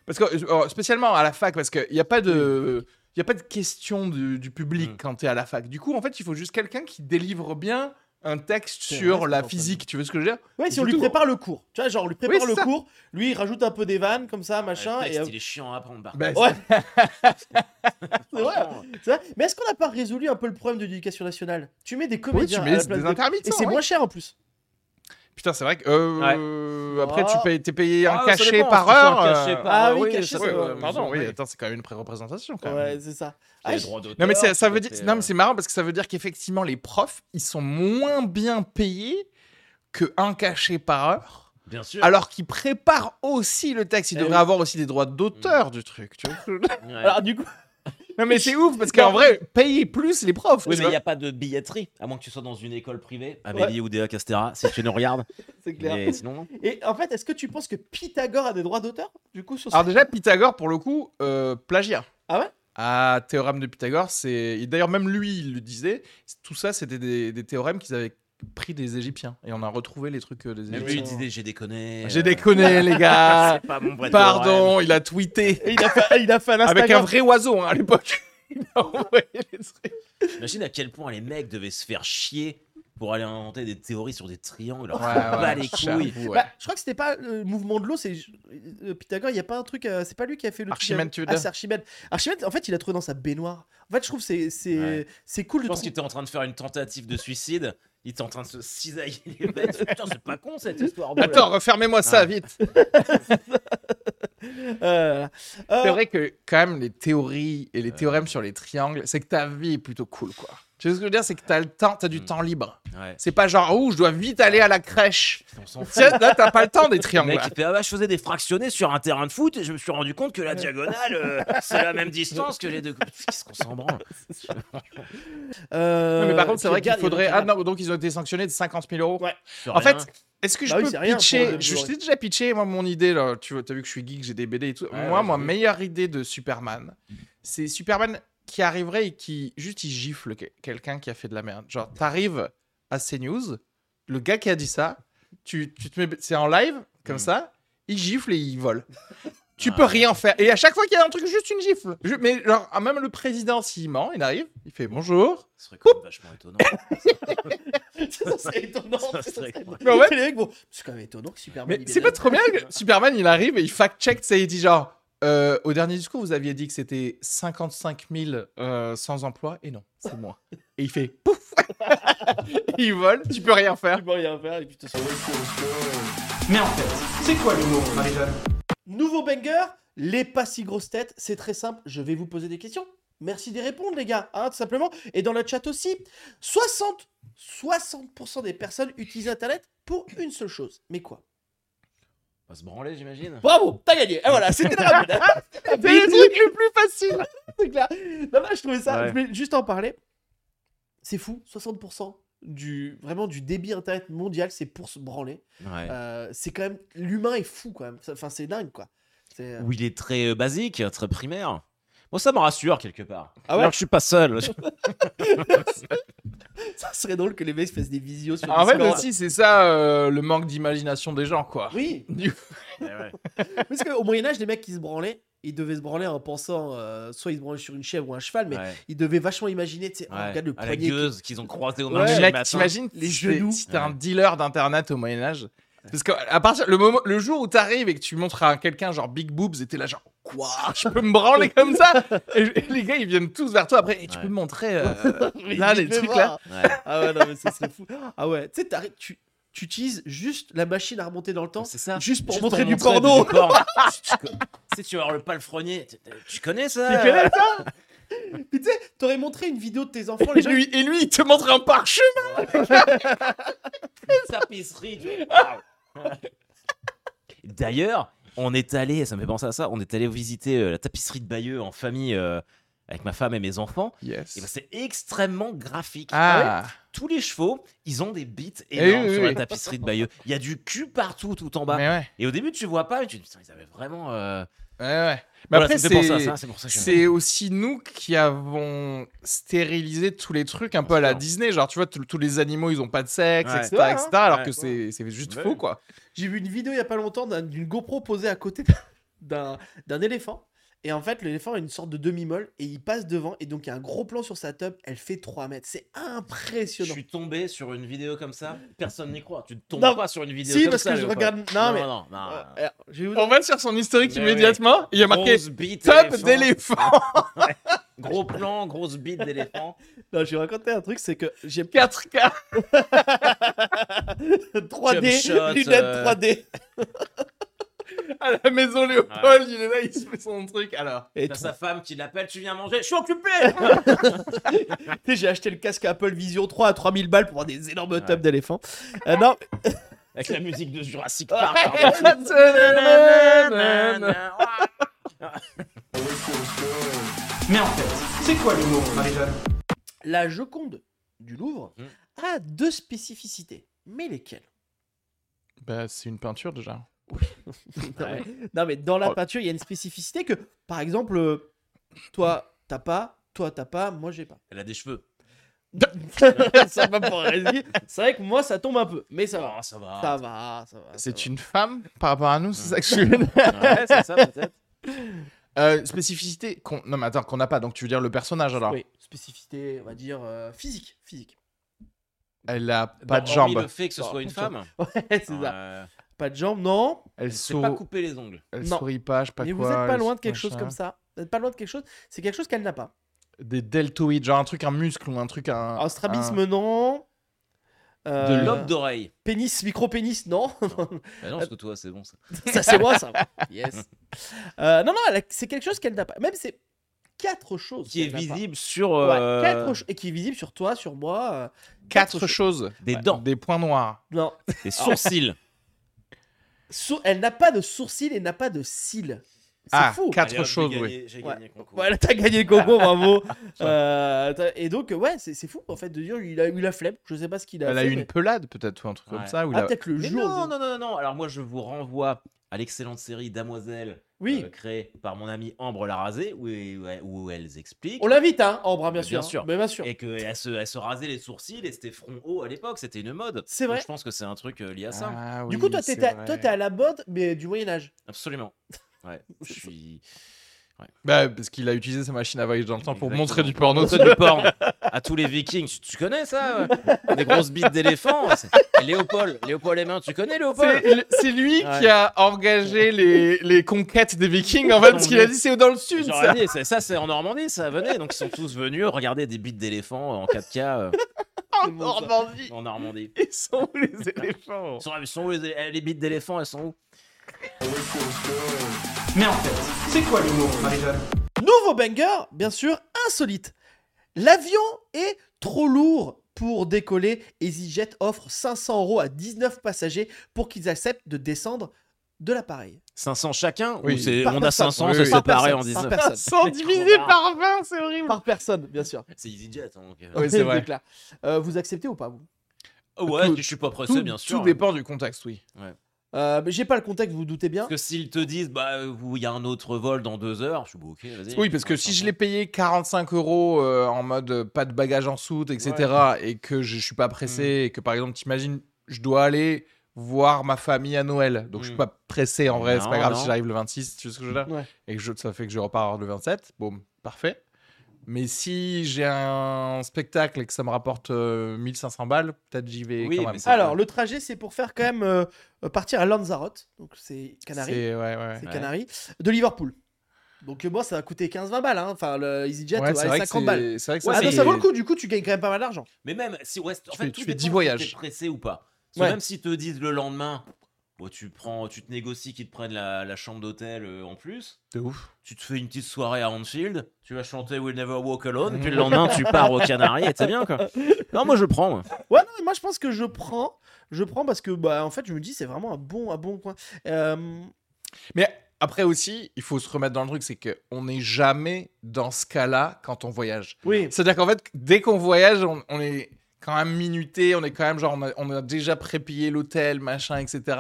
Speaker 1: Parce que, euh, spécialement à la fac, parce qu'il n'y a pas de. Il y a pas de question du, du public
Speaker 3: Mm.
Speaker 1: quand tu es à la fac. Du coup, en fait, il faut juste quelqu'un qui délivre bien un texte
Speaker 4: C'est
Speaker 1: sur
Speaker 4: vrai,
Speaker 1: la
Speaker 4: c'est pas
Speaker 1: physique. Tu veux ce que je veux dire
Speaker 4: Ouais,
Speaker 1: Et
Speaker 4: si on
Speaker 1: du
Speaker 4: lui
Speaker 1: tout.
Speaker 4: prépare le cours. Tu vois, genre, on lui prépare
Speaker 1: Oui, c'est
Speaker 4: le
Speaker 1: ça.
Speaker 4: cours, lui, il rajoute un peu des vannes comme ça, machin.
Speaker 3: Le
Speaker 4: et,
Speaker 3: texte,
Speaker 4: euh,
Speaker 3: il est chiant à apprendre, par
Speaker 1: Bah,
Speaker 3: contre.
Speaker 4: Ouais, c'est vrai.
Speaker 3: Franchement,
Speaker 4: c'est vrai. Mais est-ce qu'on n'a pas résolu un peu le problème de l'éducation nationale Tu mets des
Speaker 1: Oui,
Speaker 4: comédiens
Speaker 1: tu
Speaker 4: à
Speaker 1: mets
Speaker 4: la
Speaker 1: des
Speaker 4: place de-
Speaker 1: intermittents. hein.
Speaker 4: Et c'est
Speaker 1: ouais.
Speaker 4: moins cher en plus.
Speaker 1: Putain, c'est vrai que. euh, Après, tu
Speaker 4: Ah.
Speaker 1: payes, t'es payé un
Speaker 3: Ah, ça
Speaker 1: cachet
Speaker 3: dépend,
Speaker 1: par
Speaker 3: si c'est un
Speaker 1: heure.
Speaker 3: cachet
Speaker 1: euh,
Speaker 3: par
Speaker 4: Ah
Speaker 3: heure,
Speaker 4: oui,
Speaker 3: oui,
Speaker 4: cachet,
Speaker 3: ça,
Speaker 1: ouais,
Speaker 4: c'est
Speaker 3: euh,
Speaker 4: vrai.
Speaker 1: pardon, oui,
Speaker 3: oui.
Speaker 1: attends, c'est quand même une pré-représentation. Quand même.
Speaker 4: Ouais, c'est ça.
Speaker 3: T'as
Speaker 4: Ah,
Speaker 3: les
Speaker 4: je-
Speaker 3: droits d'auteur,
Speaker 1: Non mais ça, ça veut
Speaker 3: t'as
Speaker 1: dire
Speaker 3: tes,
Speaker 1: non
Speaker 3: euh,
Speaker 1: mais c'est marrant parce que ça veut dire qu'effectivement les profs ils sont moins bien payés que un cachet par heure.
Speaker 3: Bien sûr.
Speaker 1: Alors qu'il prépare aussi le texte, il
Speaker 4: Eh
Speaker 1: devrait
Speaker 4: oui.
Speaker 1: avoir aussi des droits
Speaker 3: Mm.
Speaker 1: d'auteur du truc. Tu vois
Speaker 3: Ouais.
Speaker 4: Alors, du coup,
Speaker 1: non mais c'est ouf parce qu'en vrai, payer plus les profs. tu
Speaker 3: oui, mais il
Speaker 1: vois.
Speaker 3: n'y a pas de billetterie, à moins que tu sois dans une école privée. Amélie ou Déa Castera, si tu nous regardes.
Speaker 4: c'est clair.
Speaker 3: mais sinon, non.
Speaker 4: Et en fait, est-ce que tu penses que Pythagore a des droits d'auteur Du coup, sur
Speaker 1: Alors déjà Pythagore pour le coup, euh, plagiat.
Speaker 4: Ah ouais
Speaker 1: Ah, théorème de Pythagore, c'est et d'ailleurs même lui il le disait. c'est- Tout ça c'était des, des théorèmes qu'ils avaient pris des Égyptiens et on a retrouvé les trucs euh, des
Speaker 3: Mais
Speaker 1: Égyptiens.
Speaker 3: tu disais, j'ai déconné.
Speaker 1: J'ai
Speaker 3: euh,
Speaker 1: déconné les gars.
Speaker 3: c'est pas mon vrai théorème.
Speaker 1: Pardon, il a tweeté
Speaker 4: Et il a fait, il a fait un
Speaker 1: avec un
Speaker 4: Instagram.
Speaker 1: vrai oiseau hein, à l'époque. Il a envoyé les trucs.
Speaker 3: Imagine à quel point les mecs devaient se faire chier pour aller inventer des théories sur des triangles.
Speaker 1: Ouais,
Speaker 3: pas les couilles.
Speaker 1: j'avoue, ouais.
Speaker 4: Bah, je crois que c'était pas le mouvement de l'eau, c'est euh, Pythagore, il y a pas un truc, euh, c'est pas lui qui a fait le truc
Speaker 1: Archimède,
Speaker 4: avec-
Speaker 1: tu veux
Speaker 4: Ah,
Speaker 1: dire
Speaker 4: c'est Archimède. Archimède, en fait, il a trouvé dans sa baignoire. En fait, je trouve que c'est c'est
Speaker 3: Ouais.
Speaker 4: c'est cool
Speaker 3: Je
Speaker 4: de
Speaker 3: pense
Speaker 4: trouver.
Speaker 3: qu'il était en train de faire une tentative de suicide. Il était en train de se cisailler les bêtes. Putain, c'est pas con cette histoire. de-
Speaker 1: Bah, Attends, refermez-moi ça vite.
Speaker 4: Euh, euh,
Speaker 1: C'est vrai que quand même les théories
Speaker 3: Euh.
Speaker 1: et les théorèmes sur les triangles, c'est que ta vie est plutôt cool quoi. Tu sais ce que je veux dire, c'est que t'as le temps, t'as du
Speaker 3: Mm.
Speaker 1: temps libre.
Speaker 3: Ouais,
Speaker 1: C'est pas genre ouh, je dois vite aller à la crèche.
Speaker 3: on s'en fout.
Speaker 1: Tiens, là t'as pas le temps des
Speaker 3: Le
Speaker 1: triangles.
Speaker 3: mec, il fait, ah bah, je faisais des fractionnés sur un terrain de foot et je me suis rendu compte que la diagonale, euh, c'est la même distance que les deux. Qu'est-ce qu'on s'en branle
Speaker 4: euh,
Speaker 1: Non, mais par contre, c'est
Speaker 4: puis
Speaker 1: vrai qu'il
Speaker 4: regarde, il y
Speaker 1: faudrait.
Speaker 4: a
Speaker 1: Ah
Speaker 4: le
Speaker 1: non, donc ils ont été sanctionnés de 50 000 euros.
Speaker 4: Ouais.
Speaker 3: Sur
Speaker 1: En
Speaker 3: rien.
Speaker 1: fait, est-ce que je
Speaker 4: Bah oui,
Speaker 1: peux
Speaker 4: c'est rien pour
Speaker 1: pitcher
Speaker 4: deux
Speaker 1: Je
Speaker 4: jours.
Speaker 1: t'ai déjà pitché moi mon idée là. Tu vois, t'as vu que je suis geek, j'ai des BD et tout.
Speaker 3: Ouais,
Speaker 1: moi,
Speaker 3: ouais,
Speaker 1: ma
Speaker 3: j'ai vu.
Speaker 1: meilleure idée de Superman, c'est Superman qui arriverait et qui juste il gifle que- quelqu'un qui a fait de la merde. Genre, t'arrives à CNews, le gars qui a dit ça, tu, tu te mets, c'est en live comme
Speaker 3: Mm.
Speaker 1: ça, il gifle et il vole. Tu
Speaker 3: Ah,
Speaker 1: peux rien faire. Et à chaque fois qu'il y a un truc, juste une gifle. Je- mais genre, ah, même le président, s'il ment, il arrive, il fait bonjour.
Speaker 3: Ce serait quand même vachement étonnant.
Speaker 4: droit. Ça, c'est étonnant.
Speaker 3: Ça
Speaker 4: ça,
Speaker 3: serait
Speaker 4: c'est-
Speaker 3: quoi.
Speaker 1: Mais ouais.
Speaker 4: Et les mecs, bon, c'est quand même étonnant que Superman.
Speaker 1: Mais
Speaker 4: il est
Speaker 1: c'est
Speaker 4: là.
Speaker 1: pas trop bien que Superman il arrive et il fact-check, ça il dit genre euh, au dernier discours vous aviez dit que c'était 55 000 euh, sans emploi et non, c'est moi. Et il fait pouf Il vole, tu peux rien faire.
Speaker 4: Tu peux rien faire, et puis, de toute façon,
Speaker 5: Mais en fait, c'est quoi l'humour, Marie-Jeanne
Speaker 4: Nouveau banger, les pas si grosses têtes, c'est très simple, je vais vous poser des questions. Merci d'y répondre les gars, hein, tout simplement. Et dans le chat aussi, 60, 60% des personnes utilisent Internet pour une seule chose. Mais quoi
Speaker 3: On va se branler, j'imagine.
Speaker 4: Bravo, t'as gagné. Et voilà, c'était la rapide. hein.
Speaker 1: C'est le truc le plus facile
Speaker 4: C'est clair. Non, mais je trouvais ça,
Speaker 3: Ouais.
Speaker 4: je voulais juste en parler. C'est fou, 60% du, vraiment du débit Internet mondial, c'est pour se branler.
Speaker 3: Ouais.
Speaker 4: Euh, c'est quand même, l'humain est fou quand même. Enfin, c'est dingue quoi. C'est, euh,
Speaker 3: Où il est très euh, basique, très primaire. Moi, ça me rassure quelque part.
Speaker 4: Ah ouais
Speaker 3: Alors que je suis pas seul.
Speaker 4: Ça serait drôle que les mecs fassent des visios sur
Speaker 1: En fait
Speaker 4: Discord.
Speaker 1: aussi c'est ça euh, le manque d'imagination des gens quoi.
Speaker 4: Oui,
Speaker 3: Eh ouais.
Speaker 4: parce qu'au Moyen-Âge, les mecs qui se branlaient, ils devaient se branler en pensant euh, soit ils se branlaient sur une chèvre ou un cheval, mais
Speaker 3: Ouais.
Speaker 4: ils devaient vachement imaginer, tu sais, oh,
Speaker 3: Ouais.
Speaker 4: regarde le
Speaker 3: à la
Speaker 4: poignet. qui-
Speaker 3: gueuse qu'ils ont croisé au
Speaker 4: Ouais.
Speaker 3: marché le
Speaker 1: Mec,
Speaker 3: matin.
Speaker 1: T'imagines
Speaker 4: les
Speaker 1: si
Speaker 4: genoux.
Speaker 1: t'es- Si t'es un
Speaker 3: Ouais.
Speaker 1: dealer d'internet au Moyen Âge. Parce que à partir le moment, le jour où t'arrives et que tu montres à quelqu'un genre big boobs, et t'es là genre quoi, je peux me branler comme ça. Et, et les gars ils viennent tous vers toi après. Et tu
Speaker 3: Ouais.
Speaker 1: peux me montrer euh,
Speaker 4: Mais
Speaker 1: là
Speaker 4: il
Speaker 1: les
Speaker 4: devait
Speaker 1: trucs là.
Speaker 4: voir.
Speaker 3: Ouais.
Speaker 4: Ah ouais, non, mais ça serait fou. Ah ouais, tu sais, t'arrêtes- tu tu utilises juste la machine à remonter dans le temps.
Speaker 3: C'est ça.
Speaker 4: Juste pour
Speaker 3: Juste
Speaker 4: montrer
Speaker 3: pour
Speaker 4: du
Speaker 3: montrer
Speaker 4: porno.
Speaker 3: du porno. Tu- tu co- tu sais, tu vas voir le palefrenier. Tu- Tu connais ça
Speaker 1: Tu connais ça
Speaker 4: Puis tu sais, t'aurais montré une vidéo de tes
Speaker 1: Et
Speaker 4: enfants, les gens.
Speaker 1: lui, et lui il te montre un parchemin.
Speaker 3: sa pisserie. tu vois. D'ailleurs, on est allé, ça me fait penser à ça, on est allé visiter euh, la tapisserie de Bayeux en famille euh, avec ma femme et mes enfants. Et ben, c'est extrêmement graphique.
Speaker 1: Ah,
Speaker 3: Tous les chevaux, ils ont des bites
Speaker 1: oui,
Speaker 3: énormes
Speaker 1: oui,
Speaker 3: sur
Speaker 1: oui.
Speaker 3: la tapisserie de Bayeux. Il y a du cul partout, tout en bas.
Speaker 1: mais ouais,
Speaker 3: Et au début, tu vois pas, mais tu te dis, putain, ils avaient vraiment. euh,
Speaker 1: ouais, ouais. Mais
Speaker 3: voilà,
Speaker 1: après
Speaker 3: ça me fait penser à
Speaker 1: c'est
Speaker 3: ça, c'est pour ça que j'aime.
Speaker 1: c'est aussi nous qui avons stérilisé tous les trucs un peu à la
Speaker 3: Bien
Speaker 1: Disney, genre tu vois tout- tous les animaux ils ont pas de sexe,
Speaker 3: Ouais.
Speaker 1: etc.,
Speaker 4: Ouais, hein.
Speaker 1: etc. Alors
Speaker 3: Ouais.
Speaker 1: que c'est c'est juste
Speaker 3: Ouais.
Speaker 1: faux quoi.
Speaker 4: J'ai vu une vidéo il y a pas longtemps d'un- d'une GoPro posée à côté d'un d'un éléphant. Et en fait, l'éléphant a une sorte de demi-molle et il passe devant. Et donc, il y a un gros plan sur sa tub. Elle fait 3 mètres. C'est
Speaker 3: Je
Speaker 4: impressionnant.
Speaker 3: suis tombé sur une vidéo comme ça, personne n'y croit. Tu ne tombes
Speaker 4: Non.
Speaker 3: pas sur une vidéo
Speaker 4: Si,
Speaker 3: comme
Speaker 4: parce
Speaker 3: ça.
Speaker 4: que je
Speaker 3: Léopold.
Speaker 4: regarde. Non,
Speaker 3: Non,
Speaker 4: mais.
Speaker 3: non, non.
Speaker 4: Euh, alors, je vais vous-
Speaker 1: On va sur son historique
Speaker 3: Mais
Speaker 1: immédiatement. Il y a marqué
Speaker 3: Grosse bite
Speaker 1: top
Speaker 3: éléphant.
Speaker 1: d'éléphant.
Speaker 3: Gros plan, grosse bite d'éléphant.
Speaker 4: Non, je vais raconter un truc, c'est que j'ai
Speaker 1: 4K.
Speaker 4: 3D,
Speaker 3: Jump shot,
Speaker 4: lunettes
Speaker 3: euh.
Speaker 4: 3D.
Speaker 6: à la maison Léopold, il est là, il se fait son truc. Alors,
Speaker 4: Et
Speaker 3: T'as
Speaker 4: tu-
Speaker 3: sa femme qui l'appelle, tu viens manger, je suis occupé
Speaker 4: Tu sais, j'ai acheté le casque Apple Vision 3 à 3000 balles pour avoir des énormes
Speaker 3: Ouais.
Speaker 4: tomes d'éléphants. Euh, non,
Speaker 3: Avec la musique de Jurassic Park.
Speaker 5: Mais en fait, c'est quoi l'humour, Marie-Jeanne
Speaker 4: la Joconde du Louvre
Speaker 3: Mhm.
Speaker 4: a deux spécificités. Mais lesquelles
Speaker 1: Bah, c'est une peinture déjà.
Speaker 4: non, mais, non, mais dans la
Speaker 1: Oh.
Speaker 4: peinture, il y a une spécificité que, par exemple, euh, toi, t'as pas, toi, t'as pas, moi, j'ai pas.
Speaker 3: Elle a des cheveux.
Speaker 4: ça va pour résumer. C'est vrai que moi, ça tombe un peu, mais ça va.
Speaker 3: Ah, ça va.
Speaker 4: Ça va, ça va.
Speaker 1: C'est
Speaker 4: ça
Speaker 1: une femme par rapport à nous, c'est ça que je suis.
Speaker 3: Ouais, c'est ça peut-être.
Speaker 1: Euh, spécificité qu'on. Non, mais attends, qu'on n'a pas. Donc, tu veux dire le personnage
Speaker 4: va.
Speaker 1: alors
Speaker 4: Oui, spécificité, on va dire euh, physique. Physique.
Speaker 1: Elle a pas
Speaker 3: Bon,
Speaker 1: de
Speaker 3: hormis
Speaker 1: jambes.
Speaker 3: le fait que ce
Speaker 4: Non,
Speaker 3: soit une femme.
Speaker 4: Ouais, c'est ça.
Speaker 3: euh,
Speaker 4: Pas de jambes, non.
Speaker 1: Elle,
Speaker 3: Elle s'est
Speaker 1: sou-
Speaker 3: pas coupé les ongles.
Speaker 1: elle
Speaker 4: Non.
Speaker 1: sourit pas, je sais pas
Speaker 4: mais
Speaker 1: quoi.
Speaker 4: vous êtes pas
Speaker 1: elle-
Speaker 4: loin de quelque chose comme
Speaker 1: machin.
Speaker 4: ça. Vous êtes pas loin de quelque chose. C'est quelque chose qu'elle n'a pas.
Speaker 1: Des deltoïdes, genre un truc, un muscle ou un truc, un.
Speaker 4: Un strabisme, non.
Speaker 3: De
Speaker 4: Euh,
Speaker 3: lobe d'oreille.
Speaker 4: Pénis, micro-pénis, non.
Speaker 3: Bah non, parce que toi, c'est bon ça.
Speaker 4: ça, c'est moi, ça. Yes. Euh, non, non, elle a- c'est quelque chose qu'elle n'a pas. Même, c'est quatre choses.
Speaker 3: Qui est
Speaker 4: qu'elle n'a pas.
Speaker 3: visible sur
Speaker 4: Ouais,
Speaker 3: euh,
Speaker 4: quatre cho- Et qui est visible sur toi, sur moi. euh,
Speaker 1: Quatre
Speaker 4: choses.
Speaker 1: choses.
Speaker 3: des
Speaker 1: Ouais,
Speaker 3: dents,
Speaker 1: Des points noirs.
Speaker 4: Non.
Speaker 3: des sourcils.
Speaker 4: Sou- Elle n'a pas de sourcils et n'a pas de cils. C'est
Speaker 1: Ah,
Speaker 4: fou.
Speaker 1: quatre
Speaker 3: Allez, hop, j'ai
Speaker 1: choses,
Speaker 3: gagné,
Speaker 1: oui.
Speaker 3: J'ai
Speaker 4: Ouais.
Speaker 3: gagné le concours.
Speaker 4: Voilà, t'as gagné le concours, bravo. Euh, t'as- et donc, ouais, c'est c'est fou en fait de dire il a eu la flemme. Je sais pas ce qu'il a
Speaker 1: Elle a
Speaker 4: fait,
Speaker 1: eu une
Speaker 4: mais-
Speaker 1: pelade, peut-être, ou un truc
Speaker 3: Ouais.
Speaker 1: comme ça. Ou
Speaker 4: Ah,
Speaker 1: la-
Speaker 4: peut-être le
Speaker 3: Mais
Speaker 4: jour.
Speaker 3: non,
Speaker 4: de-
Speaker 3: non, non, non. Alors moi, je vous renvoie à l'excellente série Damoiselle,
Speaker 4: Oui,
Speaker 3: euh, créée par mon amie Ambre Larasé, où, où, où elles expliquent.
Speaker 4: on l'invite, hein, Ambre, hein, bien
Speaker 3: Mais
Speaker 4: sûr.
Speaker 3: bien
Speaker 4: hein.
Speaker 3: sûr.
Speaker 4: Mais bien sûr.
Speaker 3: Et qu'elle se, elle se rasait les sourcils et c'était front haut à l'époque, c'était une mode.
Speaker 4: C'est
Speaker 3: Donc
Speaker 4: vrai.
Speaker 3: je pense que c'est un truc euh, lié à ça.
Speaker 1: Ah
Speaker 4: du
Speaker 1: oui,
Speaker 4: coup, toi,
Speaker 1: c'est
Speaker 4: t'es à,
Speaker 1: vrai.
Speaker 4: toi, t'es à la mode, mais du Moyen-Âge.
Speaker 3: Absolument. Ouais, je suis.
Speaker 1: Bah, parce qu'il a utilisé sa machine à voyage dans le temps pour
Speaker 3: Exactement.
Speaker 1: montrer du porno.
Speaker 3: C'est du porn à tous les vikings. Tu, tu connais ça ouais Des grosses bites d'éléphant. c'est- Et Léopold, Léopold Aimin, tu connais Léopold
Speaker 1: C'est c'est lui
Speaker 4: Ouais.
Speaker 1: qui a engagé les, les conquêtes des Vikings, en fait, parce qu'il a dit c'est dans le sud,
Speaker 3: J'aurais
Speaker 1: ça.
Speaker 3: dit, c'est- ça c'est en Normandie, ça venait. Donc ils sont tous venus regarder des bites d'éléphant en 4K euh,
Speaker 1: En Normandie,
Speaker 3: en Normandie.
Speaker 1: ils sont où les éléphants
Speaker 3: Ils sont, ils sont où les, les bites d'éléphant Elles sont où
Speaker 5: Mais en fait, c'est quoi l'humour, Marie-Jeanne
Speaker 4: Nouveau banger, bien sûr, insolite. L'avion est trop lourd pour décoller. EasyJet offre 500 euros à 19 passagers pour qu'ils acceptent de descendre de l'appareil.
Speaker 3: 500 chacun
Speaker 1: Oui,
Speaker 3: Ou c'est
Speaker 4: par
Speaker 3: Honda
Speaker 4: personne.
Speaker 3: 500
Speaker 1: Oui,
Speaker 3: se
Speaker 1: oui.
Speaker 4: Par
Speaker 3: séparer
Speaker 4: personne,
Speaker 3: en
Speaker 4: par
Speaker 3: 19
Speaker 4: personne.
Speaker 1: 100 divisé par 20, c'est horrible.
Speaker 4: Par personne, bien sûr.
Speaker 3: C'est EasyJet. hein, donc, euh. Oh,
Speaker 1: Oui, c'est vrai.
Speaker 4: clair. Euh, vous acceptez ou pas, vous
Speaker 3: Ouais,
Speaker 1: Tout-
Speaker 3: je suis pas pressé,
Speaker 1: Tout,
Speaker 3: bien
Speaker 1: tout
Speaker 3: sûr. hein.
Speaker 1: dépend du contexte, oui.
Speaker 4: Euh, mais J'ai pas le contexte, vous vous doutez bien.
Speaker 3: Parce que s'ils te disent, bah, euh, vous, il y a un autre vol dans deux heures, je suis bon, ok, vas-y.
Speaker 1: Oui, parce que si je l'ai payé 45 euros euh, en mode euh, pas de bagages en soute, etc., et que je suis pas
Speaker 4: Mm.
Speaker 1: pressé, et que par exemple, t'imagines, je dois aller voir ma famille à Noël, donc je suis
Speaker 3: Mm.
Speaker 1: pas pressé en vrai, c'est
Speaker 3: Non,
Speaker 1: pas grave
Speaker 3: non.
Speaker 1: si j'arrive le 26, tu vois ce que je veux dire
Speaker 4: Ouais.
Speaker 1: Et que je- ça fait que je repars le 27, bon, parfait. Mais si j'ai un spectacle et que ça me rapporte euh, 1500 balles, peut-être j'y vais
Speaker 3: Oui,
Speaker 1: quand
Speaker 3: mais
Speaker 1: même.
Speaker 3: ça-
Speaker 4: Alors, le trajet, c'est pour faire quand même euh, euh, partir à Lanzarote, donc c'est Canaries,
Speaker 1: C'est- ouais, ouais, ouais.
Speaker 4: c'est
Speaker 3: ouais.
Speaker 4: Canaries, de Liverpool. Donc, euh, moi, ça a coûté 15-20 balles, hein. enfin, le EasyJet,
Speaker 1: Ouais,
Speaker 4: ouais,
Speaker 1: c'est vrai que
Speaker 4: 50
Speaker 1: c'est-
Speaker 4: balles.
Speaker 1: C'est vrai que
Speaker 4: Ouais,
Speaker 1: ça,
Speaker 4: ah non,
Speaker 1: c'est-
Speaker 4: ça vaut le coup, du coup, tu gagnes quand même pas mal d'argent.
Speaker 3: Mais même si, ouais, c'est- en
Speaker 1: Tu
Speaker 3: fait,
Speaker 1: fais-
Speaker 3: tout
Speaker 1: tu fais
Speaker 3: dépend
Speaker 1: dix
Speaker 3: si
Speaker 1: voyages.
Speaker 3: t'es pressé ou pas. Parce que
Speaker 4: Ouais.
Speaker 3: même s'ils te disent le lendemain, bon, tu, prends, tu te négocies qu'ils te prennent la, la chambre d'hôtel euh, en plus,
Speaker 1: de ouf.
Speaker 3: tu te fais une petite soirée à Anfield, tu vas chanter We'll Never Walk Alone, puis le lendemain, tu pars aux Canaries et t'es bien, quoi. Non, moi, je prends. moi.
Speaker 4: Ouais, non, mais moi je pense que je prends. Je prends parce que, bah, en fait, je me dis, c'est vraiment un bon, un bon coin. Euh,
Speaker 1: Mais après aussi, il faut se remettre dans le truc, c'est qu'on n'est jamais dans ce cas-là quand on voyage.
Speaker 4: oui,
Speaker 1: C'est-à-dire qu'en fait, dès qu'on voyage, on, on est quand même minuté, on est quand même genre, on a, on a déjà prépayé l'hôtel, machin, etc.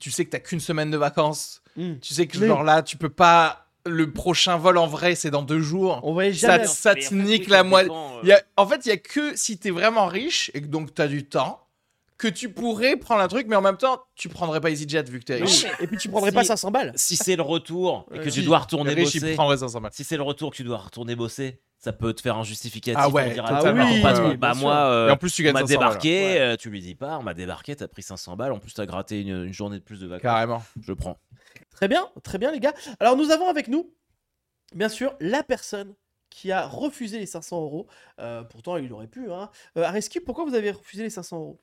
Speaker 1: Tu sais que t'as qu'une semaine de vacances.
Speaker 4: Mm.
Speaker 1: Tu sais que
Speaker 4: Mais-
Speaker 1: genre là, tu peux pas. Le prochain vol en vrai, c'est dans deux jours.
Speaker 4: on voyage
Speaker 1: Ça,
Speaker 4: jamais. hein.
Speaker 1: ça
Speaker 3: Mais en
Speaker 1: te
Speaker 3: fait,
Speaker 1: nique
Speaker 3: oui,
Speaker 1: la
Speaker 3: ça
Speaker 1: moelle.
Speaker 3: dépend, euh,
Speaker 1: Il y a- en fait, il y a que si t'es vraiment riche et que donc t'as du temps que tu pourrais prendre un truc, mais en même temps, tu prendrais pas EasyJet vu que t'es
Speaker 3: Non,
Speaker 1: riche.
Speaker 3: mais
Speaker 4: Et puis tu prendrais pas
Speaker 3: Si-
Speaker 4: 500 balles.
Speaker 3: Si c'est le retour et que
Speaker 1: Euh,
Speaker 3: tu
Speaker 1: si,
Speaker 3: dois
Speaker 1: Le
Speaker 3: retourner
Speaker 1: riche, il
Speaker 3: bosser,
Speaker 1: prendrait 500 balles.
Speaker 3: si c'est le retour que tu dois retourner bosser, ça peut te faire un justificatif.
Speaker 1: Ah ouais,
Speaker 3: on dira,
Speaker 1: ah
Speaker 3: tiens,
Speaker 1: oui,
Speaker 3: ton patron,
Speaker 1: oui,
Speaker 3: bah
Speaker 4: bien
Speaker 3: moi, euh,
Speaker 1: Et en plus, tu
Speaker 3: on
Speaker 1: gagnes
Speaker 3: m'a
Speaker 1: 500 balles. hein.
Speaker 3: débarqué,
Speaker 4: ouais.
Speaker 3: euh, tu lui dis pas, on m'a débarqué, t'as pris 500 balles, en plus t'as gratté une, une journée de plus de vacances.
Speaker 1: hein. Carrément.
Speaker 3: Je prends.
Speaker 4: Très bien, très bien, les gars. Alors, nous avons avec nous, bien sûr, la personne qui a refusé les 500 euros. Euh, pourtant, il aurait pu. Hein. Euh, Areski, pourquoi vous avez refusé les 500 euros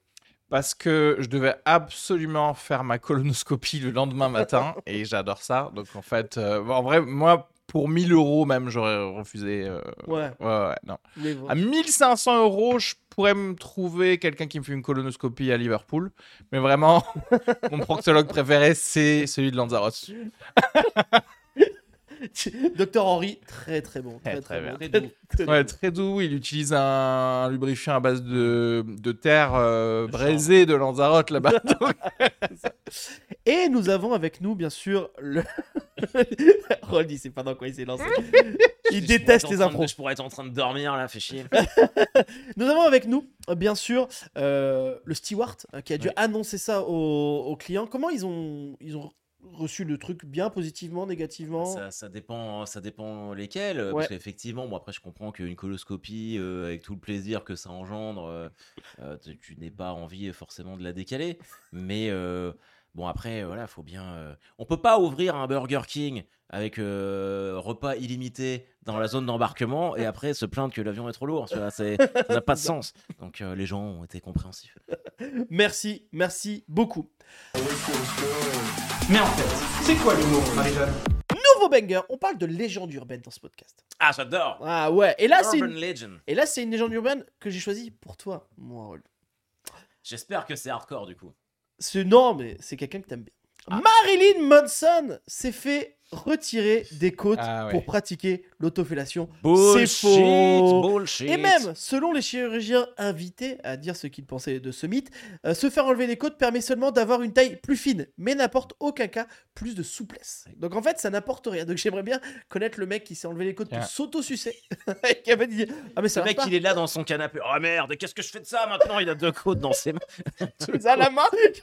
Speaker 1: parce que je devais absolument faire ma colonoscopie le lendemain matin et j'adore ça. Donc en fait, euh, en vrai, moi, pour 1000 euros même, j'aurais refusé. euh,
Speaker 4: Ouais.
Speaker 1: Ouais, ouais, non.
Speaker 4: Mais bon.
Speaker 1: À 1500 euros, je pourrais me trouver quelqu'un qui me fait une colonoscopie à Liverpool. Mais vraiment, mon proctologue préféré, c'est celui de Lanzarote.
Speaker 4: Docteur Henri, très très bon. Très très, bon.
Speaker 3: Eh, bien.
Speaker 4: Très
Speaker 1: Ouais,
Speaker 4: doux.
Speaker 1: très doux. Il utilise un lubrifiant à base de, de terre euh, braisée de Lanzarote là-bas.
Speaker 4: Et nous avons avec nous, bien sûr, le. Roll, il sait pas dans quoi il s'est lancé. Il déteste les impros.
Speaker 3: Je pourrais être en train de dormir là, fait chier.
Speaker 4: Nous avons avec nous, euh, bien sûr, euh, le steward euh, qui a dû
Speaker 3: Ouais.
Speaker 4: annoncer ça aux, aux clients. Comment ils ont, ils ont reçu le truc bien positivement, négativement
Speaker 3: Ça, ça dépend, ça dépend lesquels. euh,
Speaker 4: Ouais.
Speaker 3: Parce qu'effectivement, bon, après, je comprends qu'une coloscopie, euh, avec tout le plaisir que ça engendre, euh, euh, tu, tu n'es pas envie euh, forcément de la décaler. Mais euh, bon, après, voilà, faut bien. euh, On peut pas ouvrir un Burger King avec euh, repas illimité dans la zone d'embarquement et après se plaindre que l'avion est trop lourd. Ça c'est- ça n'a pas de sens. Donc euh, les gens ont été compréhensifs.
Speaker 4: Merci, merci beaucoup.
Speaker 5: Mais en fait, c'est quoi l'humour, Marie-Jeanne
Speaker 4: Nouveau banger, on parle de légende urbaine dans ce podcast.
Speaker 3: Ah, j'adore.
Speaker 4: Ah ouais, et là c'est
Speaker 3: Urban
Speaker 4: une,
Speaker 3: Legend.
Speaker 4: et là, c'est une légende urbaine que j'ai choisie pour toi, moi, Roll.
Speaker 3: J'espère que c'est hardcore du coup.
Speaker 4: C'est non, mais c'est quelqu'un que t'aimes bien.
Speaker 1: Ah.
Speaker 4: Marilyn Manson s'est fait retirer des côtes
Speaker 1: Ah ouais.
Speaker 4: pour pratiquer l'autofellation. C'est
Speaker 3: Bullshit,
Speaker 4: faux.
Speaker 3: bullshit.
Speaker 4: Et même, selon les chirurgiens invités à dire ce qu'ils pensaient de ce mythe, euh, se faire enlever les côtes permet seulement d'avoir une taille plus fine, mais n'apporte aucun cas plus de souplesse. Donc en fait, ça n'apporte rien. Donc j'aimerais bien connaître le mec qui s'est enlevé les côtes
Speaker 1: Ah.
Speaker 4: pour s'auto-sucer. et qui avait dit Ah, mais
Speaker 3: Ce
Speaker 4: ça
Speaker 3: mec, il est là dans son canapé. Oh merde, qu'est-ce que je fais de ça maintenant Il a deux côtes dans ses mains.
Speaker 4: est à la main.
Speaker 3: Il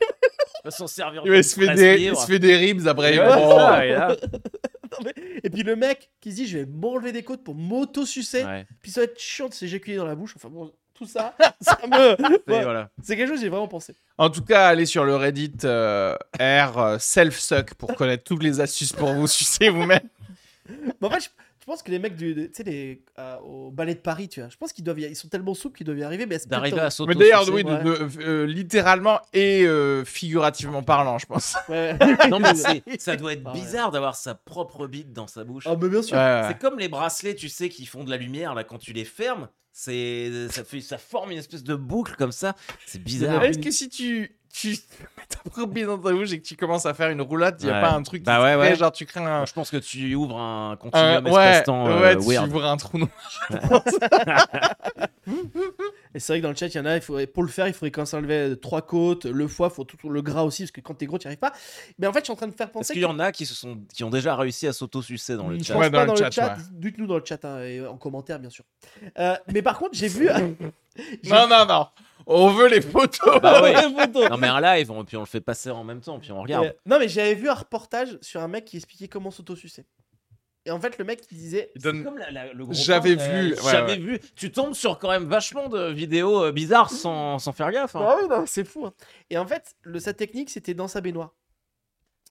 Speaker 3: va s'en servir.
Speaker 1: Il se fait des, il se fait des ribs après. il prend-
Speaker 4: Non, mais- Et puis le mec qui se dit Je vais m'enlever des côtes pour m'auto-sucer. Puis ça va être chiant de s'éjaculer dans la bouche. Enfin bon, tout ça, ça me. Ouais. C'est quelque chose que j'ai vraiment pensé.
Speaker 1: oh. En tout cas, allez sur le Reddit euh, R euh, self-suck pour connaître toutes les astuces pour vous sucer vous-même.
Speaker 4: Mais en fait, je, je pense que les mecs du, de- tu sais, les, euh, au ballet de Paris, tu vois, je pense qu'ils doivent, y- ils sont tellement souples qu'ils doivent y arriver, mais c'est
Speaker 3: D'arriver
Speaker 4: peut-être-
Speaker 3: à sauter.
Speaker 1: Mais d'ailleurs, oui,
Speaker 4: ouais.
Speaker 1: de- de- euh, littéralement et euh, figurativement parlant, je pense.
Speaker 4: Ouais.
Speaker 3: Non, mais c'est- ça doit être
Speaker 4: Ah ouais.
Speaker 3: bizarre d'avoir sa propre bite dans sa bouche.
Speaker 4: Ah, mais bien sûr.
Speaker 1: Ouais, ouais.
Speaker 3: C'est comme les bracelets, tu sais, qui font de la lumière, là, quand tu les fermes, c'est ça, fait... ça forme une espèce de boucle comme ça. C'est bizarre.
Speaker 1: Est-ce que si tu, tu mets ta propre bille dans ta bouche et que tu commences à faire une roulade, il n'y a
Speaker 3: Ouais.
Speaker 1: pas un truc
Speaker 3: Bah
Speaker 1: qui
Speaker 3: ouais,
Speaker 1: se
Speaker 3: ouais.
Speaker 1: crée, genre tu crées un.
Speaker 3: Je pense que tu ouvres un
Speaker 1: un-
Speaker 3: continuum
Speaker 1: Ah. Euh, ouais,
Speaker 3: espace-temps euh,
Speaker 1: ouais, tu
Speaker 3: weird.
Speaker 1: ouvres un trou noir.
Speaker 4: Et c'est vrai que dans le chat, il y en a, il faudrait, pour le faire, il faudrait quand s'enlever trois côtes, le foie, faut tout, le gras aussi, parce que quand t'es gros, t'y arrives pas. Mais en fait, je suis en train de faire
Speaker 3: Est-ce
Speaker 4: penser.
Speaker 3: qu'il y en a qui, se sont... qui ont déjà réussi à s'auto-sucer dans le
Speaker 4: Je
Speaker 3: chat
Speaker 4: pense
Speaker 1: Ouais, dans
Speaker 4: pas
Speaker 1: le
Speaker 4: dans, le
Speaker 1: chat,
Speaker 4: chat.
Speaker 1: ouais.
Speaker 4: Dites-nous dans le chat hein, et en commentaire, bien sûr. Euh, mais par contre, j'ai
Speaker 3: Bah
Speaker 4: vu. j'ai-
Speaker 1: Non, non, non. On veut les photos.
Speaker 3: Bah ouais.
Speaker 4: Ouais, photo.
Speaker 3: Non, mais un live, on- puis on le fait passer en même temps, puis on regarde.
Speaker 4: Euh, non, mais j'avais vu un reportage sur un mec qui expliquait comment s'autosucer. Et en fait, le mec, il disait.
Speaker 1: Il
Speaker 3: C'est
Speaker 1: donne-
Speaker 3: comme la- la- le gros
Speaker 1: J'avais
Speaker 3: pain,
Speaker 1: vu,
Speaker 3: euh,
Speaker 1: ouais,
Speaker 3: j'avais
Speaker 1: ouais.
Speaker 3: vu. Tu tombes sur quand même vachement de vidéos euh, bizarres sans, sans faire gaffe. hein.
Speaker 4: Ah oui, non, c'est fou. hein. Et en fait, le, sa technique, c'était dans sa baignoire.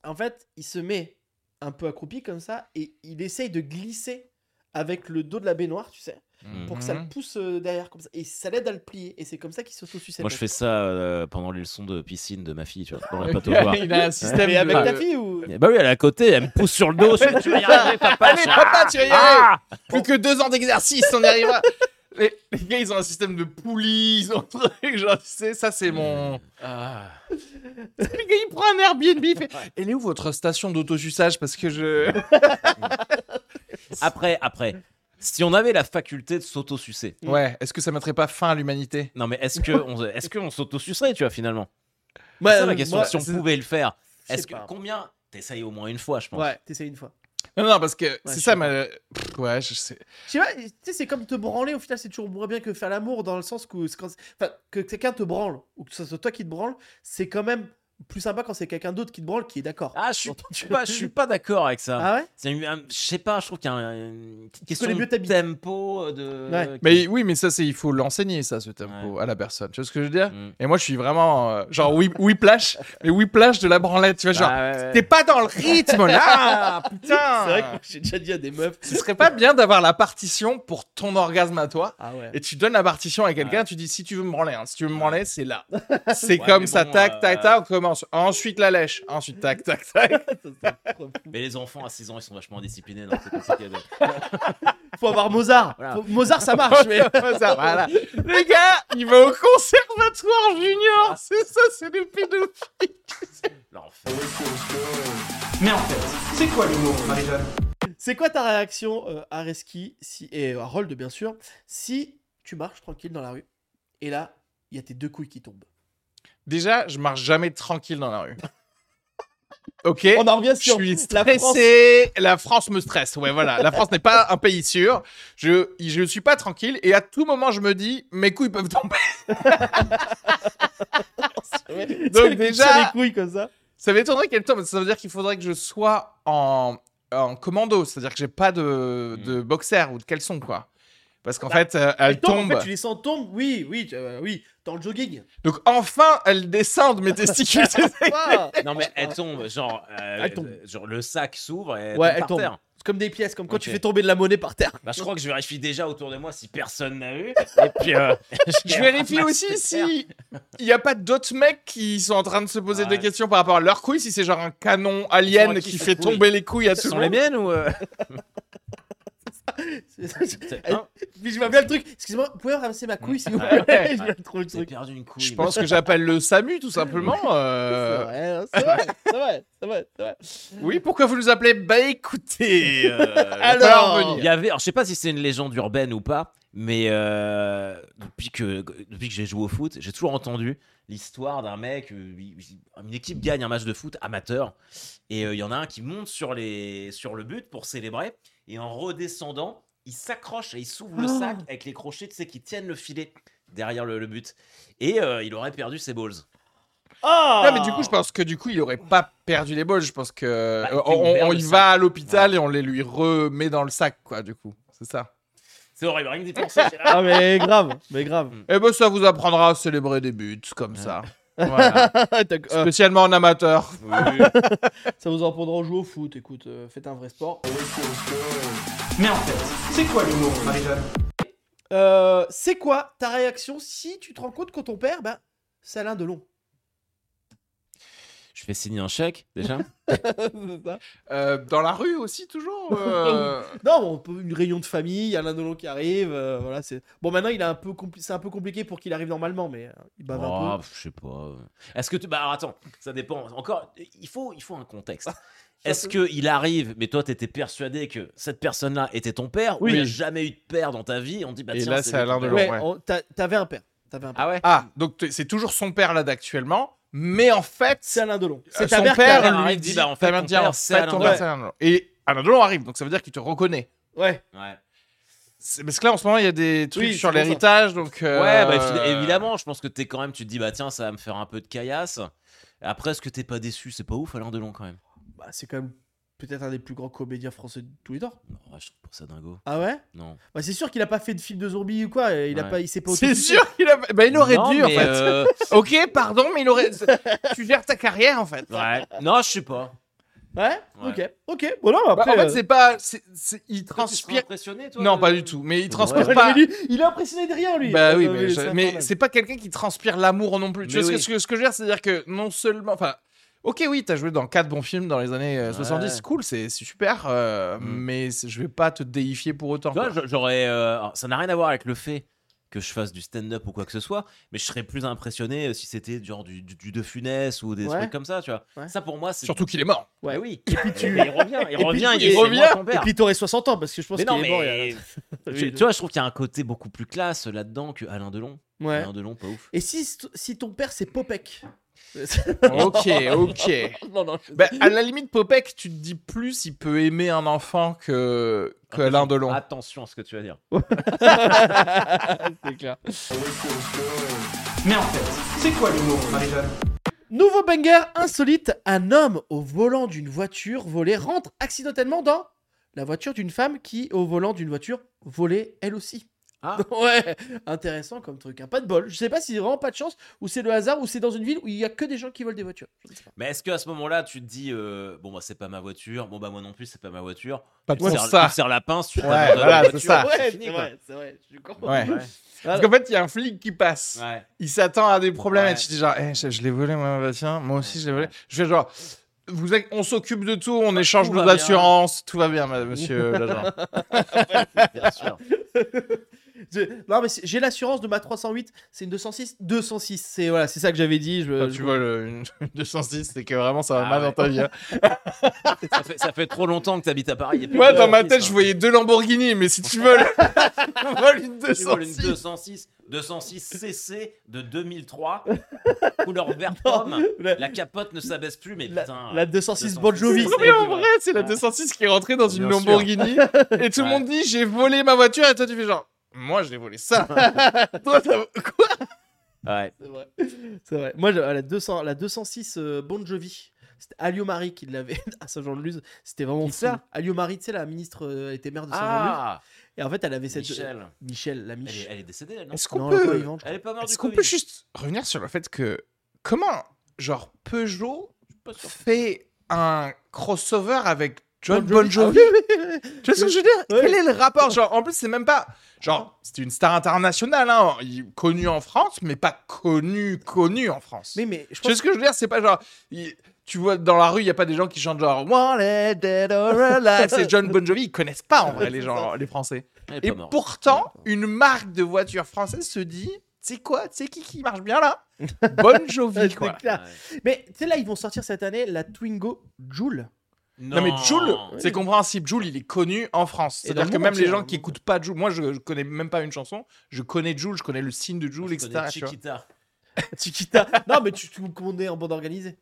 Speaker 4: En fait, il se met un peu accroupi comme ça et il essaye de glisser avec le dos de la baignoire, tu sais,
Speaker 3: Mhm.
Speaker 4: pour que ça le pousse euh, derrière comme ça. Et ça l'aide à le plier. Et c'est comme ça qu'il s'autosuce.
Speaker 3: Moi, je fais ça euh, pendant les leçons de piscine de ma fille, tu vois, dans la pataugeoire.
Speaker 1: Il a un système.
Speaker 4: Mais avec
Speaker 1: de-
Speaker 4: ta fille ou.
Speaker 3: Et Bah oui, elle est à côté, elle me pousse sur le dos. je fais, tu vas y arriver, papa.
Speaker 1: Allez,
Speaker 3: je fais,
Speaker 1: papa, tu vas y arriver.
Speaker 3: Ah
Speaker 1: Plus que deux ans d'exercice, on y arrivera. Les, les gars, ils ont un système de poulies, ils ont un truc, genre, tu sais, ça c'est mon.
Speaker 3: Ah.
Speaker 1: Le gars, il prend un Airbnb, il fait Elle est où votre station d'autosuçage Parce que je.
Speaker 3: Après, après, si on avait la faculté de s'auto-sucer.
Speaker 1: Ouais, est-ce que ça mettrait pas fin à l'humanité
Speaker 3: Non, mais est-ce que on, est-ce qu'on s'auto-sucerait, tu vois, finalement
Speaker 4: Bah,
Speaker 3: C'est ça la
Speaker 4: euh,
Speaker 3: question.
Speaker 4: moi,
Speaker 3: si on
Speaker 4: c'est-
Speaker 3: pouvait le faire,
Speaker 4: je sais
Speaker 3: est-ce que
Speaker 4: pas.
Speaker 3: combien T'essayes au moins une fois, je pense.
Speaker 4: Ouais, t'essayes une fois.
Speaker 1: Non, non, parce que
Speaker 4: je
Speaker 1: c'est
Speaker 4: sais
Speaker 1: ça, mais. Pff, ouais, je sais.
Speaker 4: Je sais pas, tu sais, c'est comme te branler, au final, c'est toujours moins bien que faire l'amour, dans le sens que c'est quand- enfin, que quelqu'un te branle, ou que ce soit toi qui te branle, c'est quand même plus sympa quand c'est quelqu'un d'autre qui te branle qui est d'accord.
Speaker 3: Ah, je suis,
Speaker 4: Quand tu-
Speaker 3: pas, je suis pas d'accord avec ça.
Speaker 4: Ah ouais
Speaker 3: C'est une- un- je sais pas, je trouve qu'il y a un- une petite question
Speaker 4: connais
Speaker 3: de
Speaker 4: mieux ta bite.
Speaker 3: tempo. euh, De...
Speaker 4: Ouais.
Speaker 1: Mais oui, mais ça, c'est il faut l'enseigner, ça, ce tempo, à la personne. Tu vois ce que je veux dire
Speaker 3: Mm.
Speaker 1: Et moi, je suis vraiment euh, genre whip- whiplash, mais whiplash de la branlette. Tu vois, genre,
Speaker 3: Ah, ouais, ouais.
Speaker 1: t'es pas dans le rythme là Putain
Speaker 4: C'est vrai que j'ai déjà dit à des meufs.
Speaker 1: Ce serait pas bien d'avoir la partition pour ton orgasme à toi
Speaker 4: Ah ouais.
Speaker 1: et tu donnes la partition à quelqu'un, tu dis si tu veux me branler, hein, si tu veux me branler, c'est là. C'est
Speaker 3: Ouais,
Speaker 1: comme
Speaker 3: mais
Speaker 1: ça,
Speaker 3: bon,
Speaker 1: tac, tac,
Speaker 3: euh,
Speaker 1: tac, on commence. Ensuite la lèche, ensuite tac, tac, tac.
Speaker 3: Mais les enfants à 6 ans, ils sont vachement disciplinés. donc c'est compliqué de-
Speaker 4: Faut avoir Mozart.
Speaker 3: Voilà.
Speaker 4: Faut- Mozart, ça marche, mais.
Speaker 1: ça, voilà. Le gars, il va au conservatoire
Speaker 3: Ah.
Speaker 1: junior, c'est ça, c'est le pédophile.
Speaker 3: L'enfer.
Speaker 5: Mais en fait, c'est quoi l'humour, Marie-Jeanne
Speaker 4: C'est quoi ta réaction euh, à Reski si, et euh, à Rold, bien sûr, si tu marches tranquille dans la rue et là, il y a tes deux couilles qui tombent
Speaker 1: Déjà, je marche jamais tranquille dans la rue. Ok
Speaker 4: On en revient
Speaker 1: Je
Speaker 4: sur
Speaker 1: suis
Speaker 4: la France.
Speaker 1: stressé, la France me stresse. Ouais, voilà. La France n'est pas un pays sûr. Je je suis pas tranquille et à tout moment je me dis mes couilles peuvent tomber.
Speaker 4: Ouais.
Speaker 1: Donc
Speaker 4: Celle qui
Speaker 1: déjà-
Speaker 4: tire les couilles comme ça.
Speaker 1: Ça m'étonnerait qu'elle tombe. Ça veut dire qu'il faudrait que je sois en, en commando. C'est-à-dire que j'ai pas de,
Speaker 3: Hmm.
Speaker 1: de boxer ou de caleçon, quoi. Parce qu'en
Speaker 3: Bah,
Speaker 1: fait, euh, elle
Speaker 4: Elles tombent,
Speaker 1: tombe.
Speaker 4: En fait, tu les sens tomber. Oui, oui, tu- euh, oui, dans le jogging.
Speaker 1: Donc enfin, elle descend de mes testicules.
Speaker 4: Ah
Speaker 3: Non, mais elle tombe, genre, euh,
Speaker 4: Elle tombe.
Speaker 3: genre le sac s'ouvre et elle
Speaker 4: Ouais,
Speaker 3: tombe
Speaker 4: elle
Speaker 3: par
Speaker 4: tombe.
Speaker 3: terre.
Speaker 4: C'est comme des pièces, comme quand tu
Speaker 3: Ok.
Speaker 4: fais tomber de la monnaie par terre.
Speaker 3: Bah, je crois que je vérifie déjà autour de moi si personne n'a eu. Et puis, euh,
Speaker 1: je vérifie aussi si il n'y a pas d'autres mecs qui sont en train de se poser
Speaker 3: Ouais.
Speaker 1: des questions par rapport à leurs couilles. Si c'est genre un canon
Speaker 3: Ils sont
Speaker 1: alien
Speaker 3: à qui,
Speaker 1: qui
Speaker 3: ces
Speaker 1: fait
Speaker 3: couilles
Speaker 1: tomber les couilles à
Speaker 3: ce
Speaker 1: tout
Speaker 3: sont
Speaker 1: le
Speaker 3: les
Speaker 1: monde.
Speaker 3: miennes ou. euh, hein
Speaker 4: Puis je vois bien le truc. Excusez-moi, vous pouvez ramasser ma couille si vous
Speaker 3: Ouais.
Speaker 4: voulez. je viens de trouver le
Speaker 3: J'ai
Speaker 4: truc.
Speaker 3: perdu une couille.
Speaker 1: Je pense que j'appelle le SAMU tout simplement.
Speaker 4: C'est
Speaker 1: euh,
Speaker 4: vrai, hein, c'est vrai, c'est vrai, c'est vrai, c'est vrai.
Speaker 1: Oui, pourquoi vous nous appelez Bah écoutez. euh, il
Speaker 3: Ah,
Speaker 1: va
Speaker 4: Alors,
Speaker 1: falloir venir.
Speaker 3: Il y avait, alors, je sais pas si c'est une légende urbaine ou pas, mais euh, depuis que depuis que j'ai joué au foot, j'ai toujours entendu l'histoire d'un mec, euh, il- il- une équipe gagne un match de foot amateur, et euh, il y en a un qui monte sur les sur le but pour célébrer, et en redescendant, il s'accroche et il s'ouvre le sac avec les crochets, tu sais, qui tiennent le filet derrière le, le but, et euh, il aurait perdu ses balls.
Speaker 4: Ah
Speaker 1: Non, mais du coup, je pense que du coup, il aurait pas perdu les balles. Je pense que euh,
Speaker 3: il était
Speaker 1: on,
Speaker 3: ouvert,
Speaker 1: on
Speaker 3: Bah, le
Speaker 1: y
Speaker 3: sac.
Speaker 1: va à l'hôpital et on les lui remet dans le sac, quoi, du coup. C'est ça.
Speaker 3: C'est horrible, rien que d'y penser. j'ai la-
Speaker 4: Ah, mais grave, mais grave.
Speaker 1: Et ben, ça vous apprendra à célébrer des buts comme ça. Voilà.
Speaker 4: Tac, euh,
Speaker 1: Spécialement en amateur.
Speaker 4: ça vous apprendra à jouer au foot. Écoute, euh, faites un vrai sport.
Speaker 5: Mais en fait, c'est quoi l'humour, Marie-Jeanne
Speaker 4: Euh, c'est quoi ta réaction si tu te rends compte quand ton père, bah, c'est Alain Delon
Speaker 3: Je fais signer un chèque déjà.
Speaker 4: C'est ça.
Speaker 1: Euh, dans la rue aussi, toujours. euh,
Speaker 4: Non, bon, on peut- une réunion de famille, Alain Delon qui arrive, euh, voilà, c'est... Bon, maintenant, il a un peu compli- c'est un peu compliqué pour qu'il arrive normalement, mais euh, il bave
Speaker 3: Oh,
Speaker 4: un peu.
Speaker 3: pff, je sais pas. Est-ce que tu. Bah, alors, attends, ça dépend. Encore, il faut, il faut un contexte. Est-ce qu'il arrive, mais toi, t'étais persuadé que cette personne-là était ton père
Speaker 1: Oui.
Speaker 3: Ou il n'y a jamais eu de père dans ta vie On dit, bah,
Speaker 1: Et
Speaker 3: tiens,
Speaker 1: là, c'est
Speaker 3: lui
Speaker 1: Alain
Speaker 3: ton père.
Speaker 1: Delon.
Speaker 4: Ouais,
Speaker 1: ouais.
Speaker 4: on- t'a- t'avais un père. T'avais un père.
Speaker 3: Ah ouais
Speaker 1: Ah, donc t- c'est toujours son père là d'actuellement. Mais en fait,
Speaker 4: C'est Alain Delon. C'est
Speaker 1: euh,
Speaker 4: ta
Speaker 1: son
Speaker 4: mère qui
Speaker 1: père
Speaker 4: arrive.
Speaker 3: Alain
Speaker 1: lui
Speaker 3: Delon
Speaker 1: dit,
Speaker 3: dit, bah, en
Speaker 1: ta
Speaker 3: fait,
Speaker 1: mère
Speaker 3: ton
Speaker 1: dit, ah, en
Speaker 3: père, c'est
Speaker 1: fait,
Speaker 3: Alain
Speaker 1: ton
Speaker 3: Delon.
Speaker 1: père, c'est Alain Delon. Et Alain Delon arrive, donc ça veut dire qu'il te reconnaît.
Speaker 4: Ouais.
Speaker 3: Ouais,
Speaker 1: C'est- Parce que là, en ce moment, il y a des trucs
Speaker 4: Oui,
Speaker 1: sur
Speaker 4: c'est pour ça.
Speaker 1: l'héritage, donc. euh,
Speaker 3: Ouais, bah, fi- évidemment, je pense que t'es quand même, tu te dis, bah, tiens, ça va me faire un peu de caillasse. Après, est-ce que t'es pas déçu C'est pas ouf, Alain Delon, quand même.
Speaker 4: Bah, c'est quand même peut-être un des plus grands comédiens français de tous les temps.
Speaker 3: Non, je trouve pas ça dingo.
Speaker 4: Ah ouais
Speaker 3: Non.
Speaker 4: Bah, c'est sûr qu'il a pas fait de film de zombies ou quoi. et Il, a
Speaker 3: Ouais.
Speaker 4: pas, il s'est pas
Speaker 1: C'est
Speaker 4: autosuffisant.
Speaker 1: sûr qu'il a. Bah, il aurait
Speaker 3: Non,
Speaker 1: dû, en
Speaker 3: mais,
Speaker 1: fait.
Speaker 3: euh,
Speaker 1: Ok, pardon, mais il aurait. tu gères ta carrière, en fait.
Speaker 3: ouais. Non, je sais pas.
Speaker 4: Ouais,
Speaker 3: Ouais.
Speaker 4: Ok. Ok. Bon, non, mais
Speaker 1: Bah,
Speaker 4: après.
Speaker 1: en fait,
Speaker 4: euh,
Speaker 1: c'est pas. c'est- c'est- Il
Speaker 3: Transpire.
Speaker 1: transpire.
Speaker 3: impressionné, toi
Speaker 1: Non,
Speaker 3: de-
Speaker 1: pas du tout. Mais il transpire
Speaker 3: Ouais.
Speaker 1: pas.
Speaker 4: mais lui, il est impressionné de rien, lui.
Speaker 1: Bah oui,
Speaker 4: Euh,
Speaker 1: mais, je-
Speaker 4: c'est
Speaker 1: mais
Speaker 4: incroyable.
Speaker 1: c'est pas quelqu'un qui transpire l'amour non plus. Tu
Speaker 3: Mais
Speaker 1: vois ce que-
Speaker 3: oui.
Speaker 1: ce que, ce que je veux dire C'est-à-dire que non seulement. Enfin, ok, oui, t'as joué dans quatre bons films dans les années euh,
Speaker 3: Ouais.
Speaker 1: 70, cool, c'est c'est super, euh,
Speaker 3: Mm.
Speaker 1: mais c'est- je vais pas te déifier pour autant.
Speaker 3: Tu vois,
Speaker 1: quoi.
Speaker 3: j'a- j'aurais. euh, alors, ça n'a rien à voir avec le fait que je fasse du stand-up ou quoi que ce soit, mais je serais plus impressionné euh, si c'était genre du, du, du De Funès ou des
Speaker 4: Ouais.
Speaker 3: trucs comme ça, tu vois.
Speaker 4: Ouais.
Speaker 3: Ça pour moi, c'est.
Speaker 1: Surtout qu'il est mort.
Speaker 3: Ouais,
Speaker 4: Ouais.
Speaker 3: oui. Et puis tu. il revient, il
Speaker 4: puis,
Speaker 3: revient,
Speaker 4: il
Speaker 3: il, dit,
Speaker 1: revient.
Speaker 3: c'est moi ton
Speaker 4: Et
Speaker 3: père.
Speaker 4: puis t'aurais 60 ans parce que je pense
Speaker 3: mais
Speaker 4: qu'il
Speaker 3: non,
Speaker 4: est mort.
Speaker 3: mais.
Speaker 4: il
Speaker 3: tu,
Speaker 4: y a-
Speaker 3: tu vois, je trouve qu'il y a un côté beaucoup plus classe euh, là-dedans que Alain Delon.
Speaker 4: Ouais.
Speaker 3: Alain Delon, pas ouf.
Speaker 4: Et si, si ton père c'est Popek
Speaker 1: ok, ok.
Speaker 4: Non, non. je-
Speaker 1: Bah, à la limite, Popek, tu te dis plus, il peut aimer un enfant que,
Speaker 3: Ah,
Speaker 1: que Alain Delon.
Speaker 3: Attention à ce que tu vas dire.
Speaker 4: c'est clair.
Speaker 5: Mais en fait, c'est quoi l'humour, Marie-Jeanne
Speaker 4: Nouveau banger insolite, un homme au volant d'une voiture volée rentre accidentellement dans la voiture d'une femme qui, au volant d'une voiture volée, elle aussi.
Speaker 3: Ah.
Speaker 4: Ouais, intéressant comme truc. hein. Pas de bol. Je sais pas si c'est vraiment pas de chance, ou c'est le hasard, ou c'est dans une ville où il y a que des gens qui volent des voitures. Je ne sais pas.
Speaker 3: Mais est-ce qu'à ce moment-là, tu te dis, euh, bon, bah, c'est pas ma voiture, bon, bah, moi non plus, c'est pas ma voiture.
Speaker 1: Pas
Speaker 3: tu,
Speaker 1: de
Speaker 3: te
Speaker 1: bon
Speaker 3: serres,
Speaker 1: ça.
Speaker 3: tu te serres la pince, tu
Speaker 1: Ouais,
Speaker 3: t'abandonnes
Speaker 1: voilà,
Speaker 3: la
Speaker 1: Ah, c'est
Speaker 3: voiture.
Speaker 1: ça.
Speaker 4: ouais,
Speaker 3: fini,
Speaker 4: c'est
Speaker 3: quoi.
Speaker 4: vrai, c'est vrai. Je comprends.
Speaker 1: Ouais.
Speaker 3: Ouais.
Speaker 1: Parce qu'en fait, il y a un flic qui passe.
Speaker 3: Ouais.
Speaker 1: Il s'attend à des problèmes
Speaker 3: Ouais.
Speaker 1: et tu dis genre, Eh, je, je l'ai volé, moi, ma voiture. Moi aussi, je l'ai volé. Je fais genre, vous êtes- on s'occupe de tout, on échange
Speaker 3: Bah, tout
Speaker 1: nos
Speaker 3: va bien.
Speaker 1: assurances, tout va bien, ma- monsieur l'agent.
Speaker 3: Bien sûr.
Speaker 4: Je- Non, mais c'est- j'ai l'assurance de ma 308. C'est une 206 206, c'est voilà, c'est ça que j'avais dit. Je,
Speaker 1: Quand
Speaker 4: je-
Speaker 1: Ah, tu vois le, une 206, c'est que vraiment ça va
Speaker 3: Ah
Speaker 1: mal
Speaker 3: ouais.
Speaker 1: dans ta vie. hein.
Speaker 3: ça, fait, ça fait trop longtemps que t'habites à Paris.
Speaker 1: Moi, dans ma tête, je
Speaker 3: hein.
Speaker 1: voyais deux Lamborghini, mais si tu voles, tu voles une
Speaker 3: Tu voles une
Speaker 1: 206.
Speaker 3: 206, 206 CC de 2003, couleur vert pomme.
Speaker 4: La,
Speaker 3: La capote ne s'abaisse plus, mais
Speaker 4: la-
Speaker 3: putain.
Speaker 4: la 206
Speaker 3: 206,
Speaker 4: Bon
Speaker 1: C'est
Speaker 4: Jovi.
Speaker 1: trop bien, en vrai, c'est la 206 qui est rentrée dans une
Speaker 3: Bien sûr.
Speaker 1: Lamborghini et tout le
Speaker 3: Ouais.
Speaker 1: monde dit j'ai volé ma voiture et toi tu fais genre moi je l'ai volé ça. Toi, t'as- quoi
Speaker 3: Ah Ouais.
Speaker 4: C'est vrai. C'est vrai. Moi, je- la, 200, la 206 euh, Bon Jovi, c'était Alio Marie qui l'avait à Saint-Jean-de-Luz. C'était vraiment
Speaker 3: Qui
Speaker 4: fou.
Speaker 3: ça
Speaker 4: Alio Marie, tu sais, la ministre euh, était maire de Saint-Jean-de-Luz.
Speaker 3: Ah,
Speaker 4: Et en fait, elle avait cette. euh,
Speaker 3: Michel.
Speaker 4: Michel, la
Speaker 3: Elle est,
Speaker 4: Mich.
Speaker 3: elle est décédée, elle, non
Speaker 1: Est-ce qu'on
Speaker 4: Non, elle est pas
Speaker 1: peut
Speaker 4: vivante, je
Speaker 3: Elle est pas morte
Speaker 1: est-ce
Speaker 3: du
Speaker 1: qu'on
Speaker 3: Covid.
Speaker 1: peut juste revenir sur le fait que comment genre Peugeot fait un crossover avec John
Speaker 4: Bon
Speaker 1: Bon
Speaker 4: Jovi. Ah
Speaker 1: Jovi
Speaker 4: oui, oui, oui, oui.
Speaker 1: Tu vois ce que je veux dire
Speaker 4: Ouais.
Speaker 1: Quel est le rapport Genre, en plus, c'est même pas. Genre, c'est une star internationale, hein, il- connue en France, mais pas connue, connue en France.
Speaker 4: Mais, mais je
Speaker 1: tu vois
Speaker 4: pense
Speaker 1: ce que je veux dire C'est pas genre. il- Tu vois, dans la rue, il y a pas des gens qui chantent genre Wanted Dead or Alive. C'est John Bon Jovi, ils connaissent pas en vrai les gens, les Français.
Speaker 4: Ah
Speaker 3: Elle est
Speaker 1: Et
Speaker 3: pas morte.
Speaker 1: pourtant, une marque de voiture française se dit c'est quoi C'est qui qui marche bien là Bon Jovi
Speaker 4: C'est
Speaker 1: quoi.
Speaker 4: clair.
Speaker 3: Ouais.
Speaker 4: Mais tu sais, là, ils vont sortir cette année la Twingo Joule.
Speaker 1: Non, mais Joule, c'est compréhensible. Joule, il est connu en France.
Speaker 4: Et dans le
Speaker 1: C'est-à-dire que
Speaker 4: monde
Speaker 1: même
Speaker 4: entier,
Speaker 1: les
Speaker 4: dans
Speaker 1: gens
Speaker 4: le
Speaker 1: qui
Speaker 4: monde.
Speaker 1: écoutent pas Joule, moi je, je connais même pas une chanson, je connais Joule, je connais le signe de Joule,
Speaker 3: Je
Speaker 1: etc.
Speaker 3: connais
Speaker 1: tu vois.
Speaker 3: Chiquita.
Speaker 4: Chiquita. non, mais tu trouves qu'on est en bande organisée.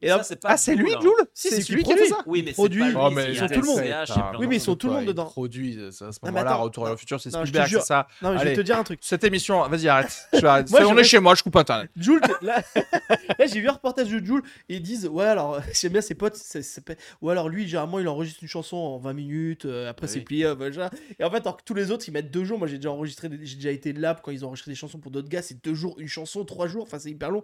Speaker 4: Et
Speaker 3: Ça,
Speaker 4: hop,
Speaker 3: c'est pas
Speaker 1: Ah, c'est lui
Speaker 3: hein.
Speaker 1: Joule
Speaker 4: Si,
Speaker 1: C'est
Speaker 4: c'est qui
Speaker 1: celui qui a
Speaker 4: produit.
Speaker 1: fait ça
Speaker 3: Oui, mais c'est
Speaker 4: Produit.
Speaker 3: pas lui.
Speaker 4: Oh,
Speaker 1: mais
Speaker 3: c'est
Speaker 4: ils sont tout le monde.
Speaker 3: RCH, et plein
Speaker 4: Oui, mais ils sont tout le monde dedans.
Speaker 1: Produit, euh, à ce
Speaker 4: mais
Speaker 1: moment-là,
Speaker 4: attends.
Speaker 1: Retour vers le futur, c'est
Speaker 4: Non, je te
Speaker 1: Spielberg,
Speaker 4: jure.
Speaker 1: c'est ça.
Speaker 4: non, mais je vais
Speaker 1: Allez.
Speaker 4: te dire un truc.
Speaker 1: Cette émission, vas-y, arrête. Je arrête.
Speaker 4: Moi,
Speaker 1: C'est-
Speaker 4: je
Speaker 1: on est
Speaker 4: reste-
Speaker 1: chez moi, je coupe internet.
Speaker 4: Jules, t'es- là, là, j'ai vu un reportage de Jules, et ils disent Ouais, alors, euh, j'aime bien ses potes, c'est- c'est pas- ou alors lui, généralement, il enregistre une chanson en 20 minutes, euh,
Speaker 1: Ah
Speaker 4: après
Speaker 3: Oui.
Speaker 4: c'est plié, euh, machin. Et en fait, alors que tous les autres, ils mettent deux jours. Moi, j'ai déjà enregistré, des- j'ai déjà été là quand ils ont enregistré des chansons pour d'autres gars, c'est deux jours, une chanson, trois jours, enfin, c'est hyper long.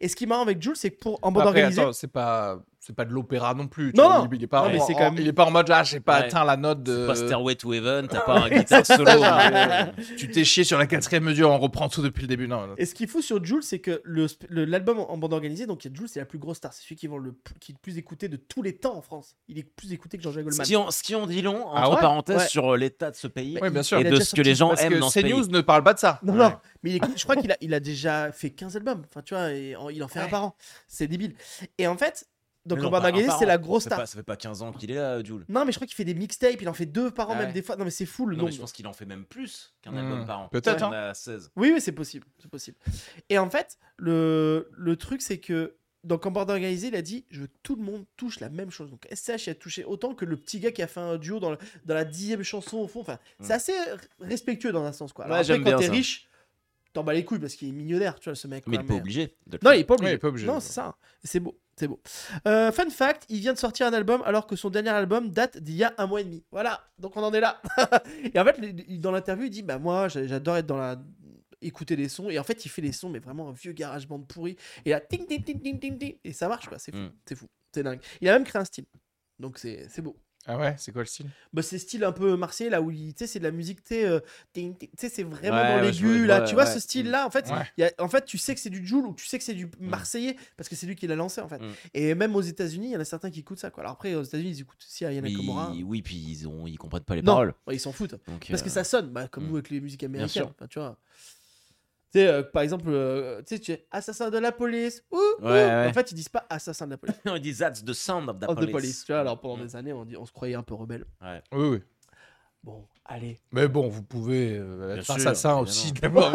Speaker 4: Et ce qui est marrant avec Jules, c'est que pour en mode
Speaker 1: Après,
Speaker 4: organisé,
Speaker 1: attends, c'est pas, c'est pas de l'opéra non plus. tu
Speaker 4: Non,
Speaker 1: vois,
Speaker 4: non.
Speaker 1: Il est pas,
Speaker 4: Non, mais
Speaker 1: en,
Speaker 4: c'est quand
Speaker 1: en-
Speaker 4: même-
Speaker 1: il est pas en mode là, j'ai pas
Speaker 3: Ouais.
Speaker 1: atteint la note
Speaker 3: C'est pas
Speaker 1: de.
Speaker 3: Stairway to Heaven,
Speaker 1: Ah,
Speaker 3: t'as pas un guitare solo. mais-
Speaker 1: Tu t'es chié sur la quatrième mesure, on reprend tout depuis le début. Non, non.
Speaker 4: Et ce qu'il faut sur Jules, c'est que le sp- le- l'album en en bande organisée, donc il y a Jules, c'est la plus grosse star, c'est celui qui, vend le, p- qui est le plus écouté de tous les temps en France. Il est plus écouté que Jean-Jacques
Speaker 3: Ce
Speaker 4: Goldman.
Speaker 3: qui, en, ce qui en dit long,
Speaker 1: euh, Ah
Speaker 3: entre
Speaker 1: ouais
Speaker 3: parenthèses,
Speaker 4: Ouais.
Speaker 3: sur euh, l'état de ce pays
Speaker 1: Oui, bien sûr.
Speaker 3: et
Speaker 4: il a
Speaker 3: de
Speaker 4: déjà
Speaker 3: ce que les gens
Speaker 1: Parce
Speaker 3: aiment dans
Speaker 1: que
Speaker 3: ce pays.
Speaker 1: CNews ne parle pas de ça.
Speaker 4: Non,
Speaker 3: Ouais.
Speaker 4: non, mais il est- je crois qu'il a, il a déjà fait 15 albums. Enfin, tu vois, et en- il en fait un
Speaker 1: Ouais.
Speaker 4: par an. C'est débile. Et en fait, donc
Speaker 3: Mais
Speaker 4: le Band
Speaker 3: non, pas un
Speaker 4: Organisé,
Speaker 3: par
Speaker 4: c'est
Speaker 3: an.
Speaker 4: la grosse
Speaker 3: Ça fait,
Speaker 4: star.
Speaker 3: pas, ça fait pas 15 ans qu'il est là, Jules.
Speaker 4: Non, mais je crois qu'il fait des mixtapes, il en fait deux par an,
Speaker 3: Ah
Speaker 4: même
Speaker 3: ouais.
Speaker 4: des fois. Non, mais c'est fou le
Speaker 3: Non, mais
Speaker 4: nombre.
Speaker 3: je pense qu'il en fait même plus qu'un
Speaker 1: Hmm.
Speaker 3: album par an.
Speaker 1: Peut-être,
Speaker 3: On a 16.
Speaker 4: Oui, oui, c'est possible, c'est possible. Et en fait, le, le truc, c'est que donc en bande organisée, il a dit je veux que tout le monde touche la même chose. Donc SCH il a touché autant que le petit gars qui a fait un duo dans, le- dans la dixième chanson au fond. Enfin, c'est
Speaker 3: Mm.
Speaker 4: assez respectueux dans un sens quoi. Alors
Speaker 3: Ouais,
Speaker 4: après,
Speaker 3: j'aime
Speaker 4: quand
Speaker 3: bien
Speaker 4: t'es
Speaker 3: ça.
Speaker 4: riche, t'en bats les couilles parce qu'il est millionnaire, tu vois ce mec.
Speaker 3: Mais il
Speaker 4: quoi,
Speaker 3: n'est pas obligé. de le
Speaker 4: Non,
Speaker 3: faire.
Speaker 4: il est pas obligé.
Speaker 1: Ouais, il est pas obligé,
Speaker 4: Non,
Speaker 1: d'accord.
Speaker 4: c'est ça. C'est beau. C'est beau. Euh, fun fact, il vient de sortir un album alors que son dernier album date d'il y a un mois et demi. Voilà, donc on en est là. et en fait, le- il- dans l'interview, il dit Bah, moi, j'a- j'adore être dans la. écouter les sons. Et en fait, il fait les sons, mais vraiment un vieux garage band pourri. Et là, ting, ting, ting, ting, ting, ting. Et ça marche, quoi. C'est fou.
Speaker 3: Mm.
Speaker 4: C'est fou. C'est dingue. Il a même créé un style. Donc, c'est c'est beau.
Speaker 1: Ah ouais, c'est quoi le style
Speaker 4: Bah, c'est style un peu marseillais, là où il- tu sais, c'est de la musique, tu sais, euh, ting, ting, tu sais, c'est vraiment
Speaker 3: Ouais,
Speaker 4: dans
Speaker 3: ouais, je vois-
Speaker 4: l'aigu,
Speaker 3: je
Speaker 4: là.
Speaker 3: vois,
Speaker 4: tu vois,
Speaker 3: ouais. Mm.
Speaker 4: ce style-là, en fait,
Speaker 1: Ouais.
Speaker 4: il y a- en fait, tu sais que c'est du Joule ou tu sais que c'est du marseillais parce que c'est lui qui l'a lancé, en fait.
Speaker 3: Mm.
Speaker 4: Et même aux États-Unis, il y en a certains qui écoutent ça, quoi. Alors après, aux États-Unis, ils écoutent aussi Ayana
Speaker 3: Mais
Speaker 4: Kamura.
Speaker 3: il- Oui, puis ils ont, ils comprennent pas les
Speaker 4: Non,
Speaker 3: paroles.
Speaker 4: ouais, ils s'en foutent.
Speaker 3: Donc,
Speaker 4: Parce
Speaker 3: euh,
Speaker 4: que ça sonne, bah, comme
Speaker 3: mm.
Speaker 4: nous avec les musiques américaines,
Speaker 3: sûr.
Speaker 4: enfin, tu vois. Tu sais, euh, par exemple, euh, tu sais, tu es assassin de la police. Ouh, ouh.
Speaker 3: Ouais, ouais.
Speaker 4: En fait, ils disent pas assassin de la police.
Speaker 3: Non, ils disent That's the sound of the
Speaker 4: Oh,
Speaker 3: police.
Speaker 4: de police. Tu vois, alors pendant
Speaker 3: Mm.
Speaker 4: des années, on, dit, on se croyait un peu rebelle.
Speaker 1: Oui, oui.
Speaker 4: Bon, allez.
Speaker 1: Mais bon, vous pouvez euh,
Speaker 3: Bien
Speaker 1: être
Speaker 3: sûr,
Speaker 1: assassin aussi. d'abord.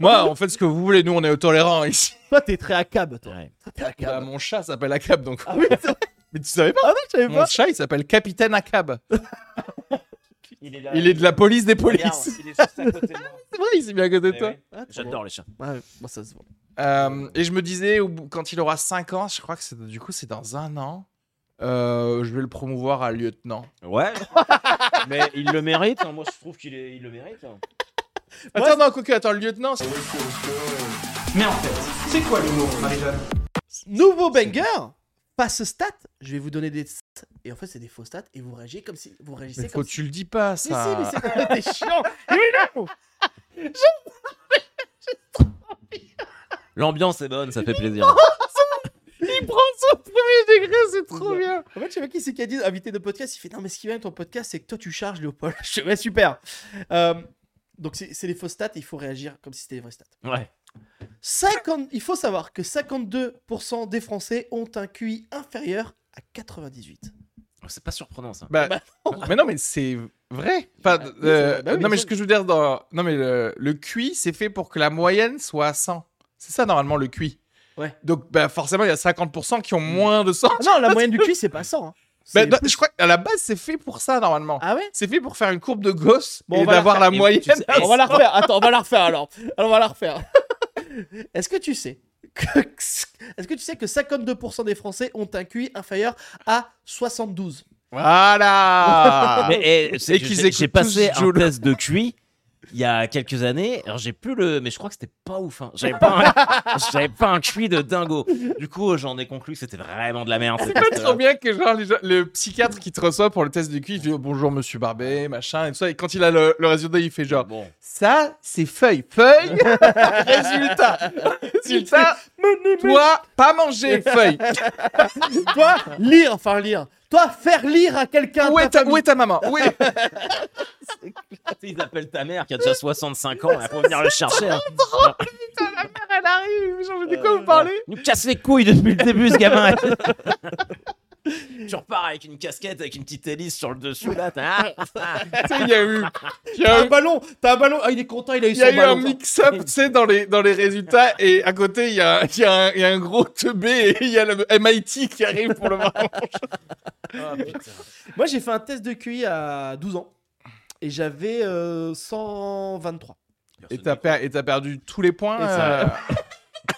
Speaker 1: Moi, en fait, ce que vous voulez, nous, on est tolérants ici.
Speaker 4: Toi, t'es très à cab, toi.
Speaker 3: Ouais.
Speaker 4: T'es à
Speaker 1: Bah,
Speaker 4: cab.
Speaker 1: mon chat s'appelle Acab, donc.
Speaker 4: Ah oui, c'est vrai.
Speaker 1: Mais tu savais pas
Speaker 4: Ah non, je savais
Speaker 1: Mon
Speaker 4: pas. Bah,
Speaker 1: chat, il s'appelle Capitaine Acab.
Speaker 3: Il est là.
Speaker 1: Il est
Speaker 4: euh,
Speaker 1: de la police des
Speaker 3: Regarde,
Speaker 1: polices.
Speaker 3: il est juste à côté de moi.
Speaker 1: C'est vrai, il s'est bien à côté de
Speaker 3: Eh
Speaker 1: toi.
Speaker 3: oui. J'adore les chats.
Speaker 4: Ah, Ouais, bon, ça se voit.
Speaker 1: Euh, et je me disais, au bout- quand il aura 5 ans, je crois que c'est- du coup c'est dans un an, euh, je vais le promouvoir à lieutenant.
Speaker 3: Ouais. mais il le mérite. hein. Moi, je trouve qu'il est- il le mérite. hein.
Speaker 1: Attends, non, coquille, attends, le lieutenant, c'est-
Speaker 5: Mais en fait, c'est quoi l'humour, Marie-Jeanne
Speaker 4: Nouveau banger Passe stat, je vais vous donner des stats. Et en fait, c'est des faux stats. Et vous réagissez comme si. Vous réagissez
Speaker 1: Mais faut
Speaker 4: comme
Speaker 1: que
Speaker 4: si.
Speaker 1: tu le dis pas,
Speaker 4: Mais
Speaker 1: ça.
Speaker 4: si, mais c'est quand même des chiants.
Speaker 3: L'ambiance est bonne, ça fait plaisir.
Speaker 1: Il prend son premier degré, c'est trop bien.
Speaker 4: En fait, je sais pas qui c'est qui a dit invité de podcast. Il fait non, mais ce qui vient ton podcast, c'est que toi tu charges Léopold. Je fais, ouais, super. Euh, donc, c'est c'est des fausses stats. Il faut réagir comme si c'était des vraies stats.
Speaker 3: Ouais.
Speaker 4: 50 il faut savoir que 52% des Français ont un QI inférieur à 98.
Speaker 3: C'est pas surprenant ça.
Speaker 1: Bah,
Speaker 4: Bah,
Speaker 1: mais non, mais c'est vrai. Enfin,
Speaker 4: oui,
Speaker 1: euh,
Speaker 4: c'est- bah oui,
Speaker 1: non, mais
Speaker 4: ça-
Speaker 1: ce que je veux dire, dans... non, mais le, le QI, c'est fait pour que la moyenne soit à 100. C'est ça, normalement, le QI.
Speaker 4: Ouais.
Speaker 1: Donc, bah, forcément, il y a 50% qui ont moins de 100.
Speaker 4: Ah non, la moyenne du QI, c'est pas 100. hein.
Speaker 1: Bah,
Speaker 4: C'est-
Speaker 1: non, je crois qu'à la base, c'est fait pour ça, normalement.
Speaker 4: Ah ouais
Speaker 1: C'est fait pour faire une courbe de Gauss
Speaker 4: Bon, on
Speaker 1: et
Speaker 4: va la
Speaker 1: d'avoir la,
Speaker 3: Et
Speaker 1: moyenne.
Speaker 3: tu sais-
Speaker 4: On va la refaire. Attends, on va la refaire alors. Alors, on va la refaire. Est-ce que tu sais que... Est-ce que tu sais que 52% des Français ont un QI inférieur à 72
Speaker 1: Voilà
Speaker 3: Mais, eh, c'est
Speaker 1: Ah, Et
Speaker 3: que
Speaker 1: qu'ils
Speaker 3: j'ai- J'ai
Speaker 1: écoutent
Speaker 3: passé
Speaker 1: tous
Speaker 3: un
Speaker 1: Joule.
Speaker 3: test de QI il y a quelques années. Alors j'ai plus le, mais je crois que c'était pas ouf. hein. J'avais pas, un... j'avais pas un QI de dingo. Du coup, euh, j'en ai conclu que c'était vraiment de la merde.
Speaker 1: C'est pas trop bien que genre les gens- le psychiatre qui te reçoit pour le test du QI, il fait oh, bonjour monsieur Barbet, machin et tout ça. Et quand il a le, le résultat, il fait genre
Speaker 3: Bon.
Speaker 1: ça, c'est feuille, feuille. résultat, résultat. toi, pas manger feuille.
Speaker 4: Toi, lire, enfin lire. Toi, faire lire à quelqu'un.
Speaker 1: Où
Speaker 4: ta
Speaker 1: est ta,
Speaker 4: famille.
Speaker 1: où est ta maman Où est-
Speaker 3: Ils appellent ta mère qui a déjà 65 ans. Elle faut venir le chercher. hein.
Speaker 1: Elle arrive. J'en veux de
Speaker 4: Euh,
Speaker 1: quoi vous parler
Speaker 3: Il nous casse les couilles depuis le début, ce gamin. tu repars avec une casquette, avec une petite hélice sur le dessous là. t'as-
Speaker 1: Tu sais, il y a eu, il y a
Speaker 4: T'as un
Speaker 1: eu-
Speaker 4: ballon, t'as un ballon. Ah, il est content, il a eu
Speaker 1: il y a
Speaker 4: son
Speaker 1: eu un
Speaker 4: ballon.
Speaker 1: mix-up, tu sais, dans les, dans les résultats, et à côté, il y a, il y a un, il y a un gros teubé, et il y a le MIT qui arrive pour le voir.
Speaker 3: Ah,
Speaker 4: Moi, j'ai fait un test de QI à 12 ans et j'avais euh, 123.
Speaker 1: Et t'as per- et t'as perdu tous les points
Speaker 4: Et ça-
Speaker 1: euh,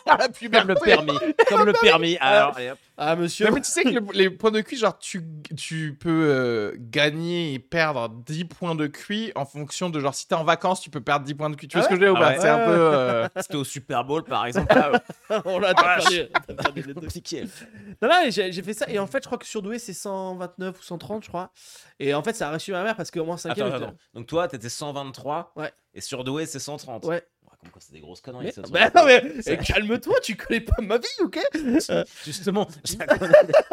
Speaker 1: à la puberté.
Speaker 3: comme le permis, comme le permis. Alors, allez, hop.
Speaker 4: Ah, monsieur.
Speaker 1: Non, mais tu sais que le- les points de QI, genre, tu, tu peux euh, gagner et perdre 10 points de QI en fonction de, genre, si t'es en vacances, tu peux perdre 10 points de QI. Tu vois ce
Speaker 4: Ah
Speaker 1: que je veux dire ou
Speaker 3: Ah
Speaker 1: pas
Speaker 3: ouais.
Speaker 1: C'est un peu. euh,
Speaker 3: c'était au Super Bowl par exemple. là,
Speaker 4: On l'a t'as perdu. t'as perdu les
Speaker 3: euh,
Speaker 4: deux.
Speaker 3: compliqué.
Speaker 4: Ah, Non, non, mais j'ai j'ai fait ça et en fait, je crois que surdoué, c'est 129 ou 130, je crois. Et en fait, ça a reçu ma mère parce qu'au moins 5
Speaker 3: Attends, attends. Donc toi, t'étais 123.
Speaker 4: Ouais.
Speaker 3: Et surdoué, c'est 130.
Speaker 4: Ouais.
Speaker 3: Ouais, Comme quoi, c'est des grosses conneries.
Speaker 4: Mais,
Speaker 3: ça,
Speaker 4: bah, non,
Speaker 3: sur-
Speaker 4: mais
Speaker 3: C'est-
Speaker 4: eh, calme-toi, tu connais pas ma vie, ok
Speaker 3: Justement, je la connais,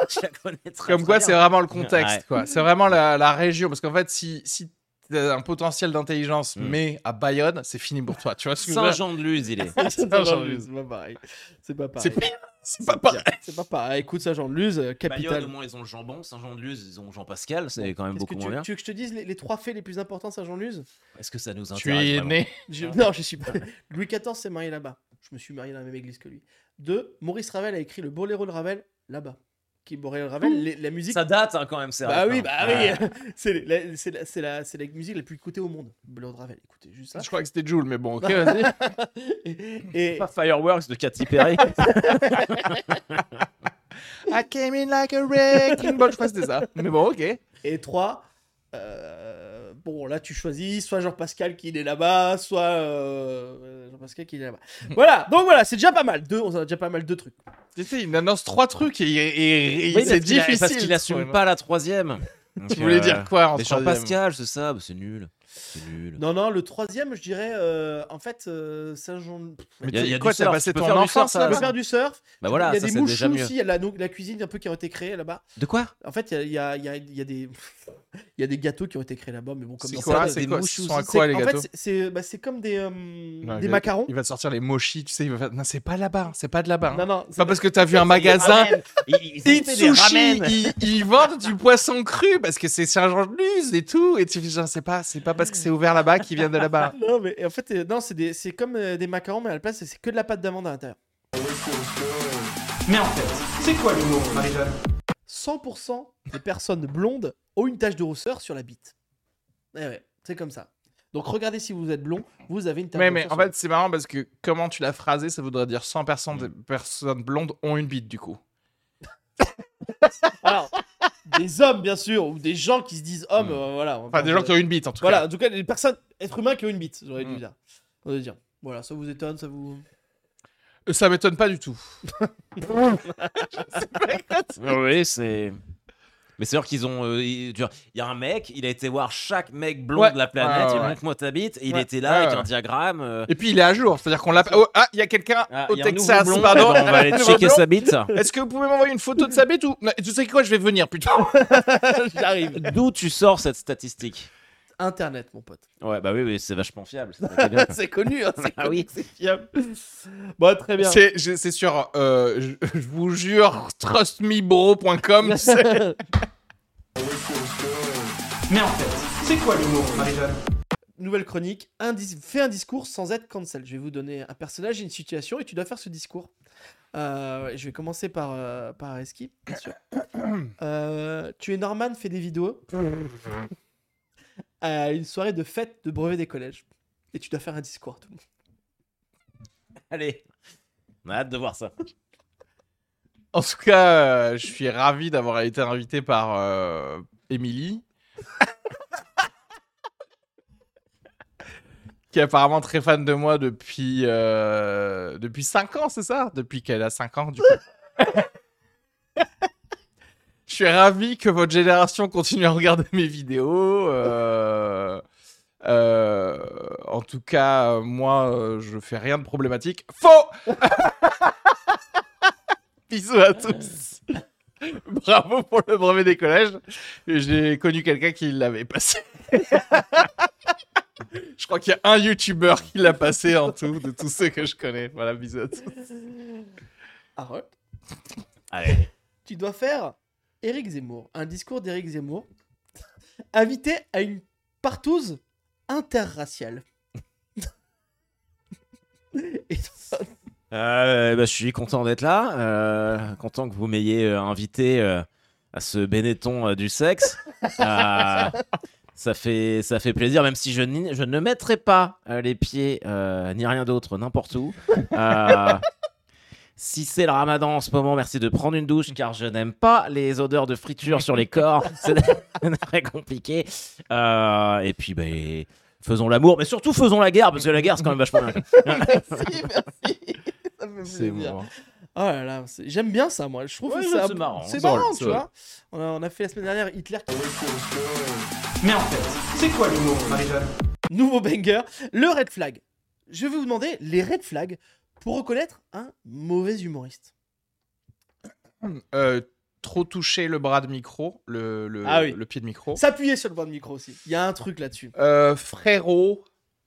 Speaker 3: je la connais très,
Speaker 1: Comme
Speaker 3: très
Speaker 1: quoi,
Speaker 3: bien.
Speaker 1: c'est vraiment le contexte,
Speaker 3: Ouais.
Speaker 1: quoi. C'est vraiment la, la région. Parce qu'en fait, si, si t'as un potentiel d'intelligence,
Speaker 3: Mm.
Speaker 1: mais à Bayonne, c'est fini pour toi. Tu vois ce que je veux dire
Speaker 3: Saint-Jean-de-Luz, il est.
Speaker 4: C'est
Speaker 1: Saint-Jean-de-Luz.
Speaker 4: pas pareil. C'est pas pareil.
Speaker 1: C'est c'est pas pareil.
Speaker 4: C'est pas pareil. Écoute, ça, jean luz
Speaker 3: Bayonne, au
Speaker 4: capitale.
Speaker 3: moins, ils ont le jambon. Saint-Jean-de-Luz, ils ont le Jean-Pascal. C'est quand même
Speaker 4: Est-ce que
Speaker 3: beaucoup
Speaker 4: tu,
Speaker 3: moins bien.
Speaker 4: tu veux que je te dise les, les trois faits les plus importants de Saint-Jean-Luz
Speaker 3: Est-ce que ça nous
Speaker 1: Tu
Speaker 3: intéresse
Speaker 1: es
Speaker 3: vraiment
Speaker 1: né.
Speaker 4: Je-
Speaker 3: Ah.
Speaker 4: Non, je suis pas. Louis XIV s'est marié là-bas. Je me suis marié dans la même église que lui. Deux, Maurice Ravel a écrit le Boléro de Ravel là-bas. Qui Boléro de Ravel, les- la musique.
Speaker 3: Ça date hein, quand même, c'est
Speaker 4: bah
Speaker 3: vrai,
Speaker 4: oui,
Speaker 3: hein.
Speaker 4: bah
Speaker 3: Ouais.
Speaker 4: oui. c'est la, c'est la- c'est la- c'est la musique la plus écoutée au monde. Boléro de Ravel, écoutez juste ça.
Speaker 1: Je crois que c'était Jules, mais bon, ok, vas-y.
Speaker 4: Et
Speaker 3: Pas Fireworks de Katy Perry.
Speaker 1: I came in like a wrecking ball. Je crois que c'était ça. Mais bon, ok.
Speaker 4: Et 3, euh, bon, là, tu choisis soit Jean-Pascal qui est là-bas, soit euh, Jean-Pascal qui est là-bas. voilà, donc voilà, c'est déjà pas mal. Deux, on a déjà pas mal de trucs.
Speaker 1: Tu sais, il annonce trois trucs et, et- et c'est
Speaker 3: Oui, parce qu'il a-
Speaker 1: difficile.
Speaker 3: Parce qu'il assume pas la troisième. euh,
Speaker 1: Tu voulais dire quoi en
Speaker 3: Les
Speaker 1: troisième
Speaker 3: Jean-Pascal, c'est ça. bah, C'est nul. C'est nul.
Speaker 4: Non, non, le troisième, je dirais, euh, en fait, euh, Saint-Jean.
Speaker 1: Mais
Speaker 3: Il y a-
Speaker 1: tu-
Speaker 3: il y a
Speaker 1: quoi,
Speaker 3: du
Speaker 1: t'as
Speaker 3: surf,
Speaker 1: passé
Speaker 3: tu peux
Speaker 1: ton
Speaker 3: faire du
Speaker 1: enfance
Speaker 3: surf,
Speaker 4: On
Speaker 3: ça,
Speaker 1: là
Speaker 4: peut
Speaker 3: ça.
Speaker 4: faire du surf.
Speaker 3: Bah voilà,
Speaker 4: il y a
Speaker 3: ça
Speaker 4: des
Speaker 3: c'est
Speaker 4: mouchous
Speaker 3: déjà mieux.
Speaker 4: aussi, il y a la, la cuisine un peu qui ont été créée là-bas.
Speaker 3: De quoi
Speaker 4: En fait, il y a, il y a- il y a- il y a des. Il y a des gâteaux qui ont été créés là-bas, mais bon, comme
Speaker 1: C'est
Speaker 4: dans
Speaker 1: quoi
Speaker 4: ça,
Speaker 1: C'est
Speaker 3: des
Speaker 1: quoi
Speaker 3: mouches
Speaker 1: Ce sont à
Speaker 4: c'est-
Speaker 1: quoi les
Speaker 4: en
Speaker 1: gâteaux
Speaker 4: fait, c'est- c'est bah, c'est comme des, euh,
Speaker 1: Non,
Speaker 4: des
Speaker 1: il-
Speaker 4: macarons.
Speaker 1: Il va te sortir les mochis, tu sais. Il va faire... Non, c'est pas là-bas, c'est pas de là-bas. hein.
Speaker 4: Non, non,
Speaker 1: C'est pas
Speaker 4: c'est-
Speaker 1: parce que t'as vu un magasin. Itsushi, ils, ils vendent du poisson cru parce que c'est Saint-Jean-de-Luz et tout. Et tu fais genre, c'est pas, c'est pas parce que c'est ouvert là-bas qu'ils viennent de là-bas.
Speaker 4: Non, mais en fait, euh, non, c'est des- c'est comme euh, des macarons, mais à la place, c'est que de la pâte d'amande à l'intérieur.
Speaker 5: Mais en fait, c'est quoi l'humour, Marie-Jeanne
Speaker 4: 100% des personnes blondes ont une tache de rousseur sur la bite. Eh ouais, c'est comme ça. Donc regardez si vous êtes blond, vous avez une
Speaker 1: Mais,
Speaker 4: table.
Speaker 1: mais en fait, c'est marrant parce que comment tu l'as phrasé, ça voudrait dire 100 personnes, personnes blondes ont une bite du coup.
Speaker 4: Alors, des hommes, bien sûr, ou des gens qui se disent hommes,
Speaker 3: Mm.
Speaker 4: euh, voilà.
Speaker 1: Hmm. Enfin, des gens qui ont une bite en tout
Speaker 4: Voilà,
Speaker 1: cas.
Speaker 4: en tout cas, des personnes, êtres humains qui ont une bite, j'aurais dû
Speaker 1: Mm.
Speaker 4: dire. On doit dire. Voilà, ça vous étonne, ça vous.
Speaker 1: Euh, Ça m'étonne pas du tout.
Speaker 3: Oui, c'est. Mais c'est sûr qu'ils ont. euh, ils- tu vois, Il y a un mec, il a été voir chaque mec blond
Speaker 1: Ouais.
Speaker 3: de la planète.
Speaker 1: Ouais,
Speaker 3: il
Speaker 1: ouais, ouais.
Speaker 3: montre moi ta bite. Et il
Speaker 1: Ouais.
Speaker 3: était là
Speaker 1: Ouais,
Speaker 3: avec
Speaker 1: ouais.
Speaker 3: un diagramme. euh,
Speaker 1: Et puis il est à jour, c'est-à-dire qu'on l'a. Oh, ah, il y a quelqu'un
Speaker 3: ah,
Speaker 1: au
Speaker 3: il y a un nouveau
Speaker 1: Texas,
Speaker 3: blond,
Speaker 1: pardon.
Speaker 3: eh ben, on va aller
Speaker 1: Nouveau
Speaker 3: checker
Speaker 1: blond.
Speaker 3: sa bite.
Speaker 1: Est-ce que vous pouvez m'envoyer une photo de sa bête ou. Non, Tu sais quoi, je vais venir putain.
Speaker 4: J'arrive.
Speaker 3: D'où tu sors cette statistique
Speaker 4: Internet, mon pote.
Speaker 3: Ouais, bah oui, oui c'est vachement fiable. c'est très bien.
Speaker 4: c'est connu, hein, c'est
Speaker 3: Ah
Speaker 4: connu,
Speaker 3: oui.
Speaker 4: c'est fiable. Bon, très bien.
Speaker 1: C'est je- c'est sur, euh, je, je vous jure, trustmebro.com. c'est-
Speaker 5: Mais en fait, c'est quoi l'humour, Marie-Jeanne
Speaker 4: Nouvelle chronique. Un dis- Fais un discours sans être cancel. Je vais vous donner un personnage et une situation et tu dois faire ce discours. Euh, je vais commencer par, euh, par Eski, bien sûr. Euh, tu es Norman, fais des vidéos. à une soirée de fête de brevet des collèges. Et tu dois faire un discours à tout le monde.
Speaker 3: Allez, on a hâte de voir ça.
Speaker 1: En tout cas, euh, je suis ravi d'avoir été invité par euh, Émilie. qui est apparemment très fan de moi depuis, euh, depuis 5 ans, c'est ça Depuis qu'elle a 5 ans, du coup. Je suis ravi que votre génération continue à regarder mes vidéos. euh, euh, en tout cas, euh, moi, euh, je fais rien de problématique. Faux Bisous à tous. Bravo pour le brevet des collèges. J'ai connu quelqu'un qui l'avait passé. je crois qu'il y a un youtubeur qui l'a passé en tout, de tous ceux que je connais. Voilà, bisous à tous.
Speaker 4: Harold,
Speaker 3: Allez,
Speaker 4: tu dois faire Éric Zemmour. Un discours d'Éric Zemmour. Invité à une partouze interraciale. et
Speaker 3: Euh, bah, je suis content d'être là. euh, content que vous m'ayez euh, invité euh, à ce Benetton euh, du sexe. Euh, ça, fait, ça fait plaisir, même si je, n'y- je ne mettrai pas euh, les pieds euh, ni rien d'autre n'importe où. Euh, si c'est le ramadan en ce moment, merci de prendre une douche car je n'aime pas les odeurs de friture sur les corps. C'est très compliqué. Euh, et puis, ben, faisons l'amour, mais surtout faisons la guerre parce que la guerre c'est quand même vachement bien.
Speaker 4: merci, merci. Ça me fait plaisir. Oh là là, c'est- j'aime bien ça, moi. Je trouve
Speaker 3: Ouais,
Speaker 4: que
Speaker 3: j'aime,
Speaker 4: ça-
Speaker 3: c'est marrant.
Speaker 4: C'est
Speaker 3: C'est
Speaker 4: marrant,
Speaker 3: drôle,
Speaker 4: tu
Speaker 3: c'est
Speaker 4: vois. On a, on a fait la semaine dernière Hitler.
Speaker 5: Mais en fait, c'est quoi l'humour, Marie-Jeanne
Speaker 4: Nouveau banger. Le red flag. Je vais vous demander les red flags pour reconnaître un mauvais humoriste.
Speaker 1: Euh, trop toucher le bras de micro, le, le,
Speaker 4: Ah oui.
Speaker 1: le pied de micro.
Speaker 4: S'appuyer sur le bras de micro aussi. Il y a un truc là-dessus.
Speaker 1: Euh, frérot,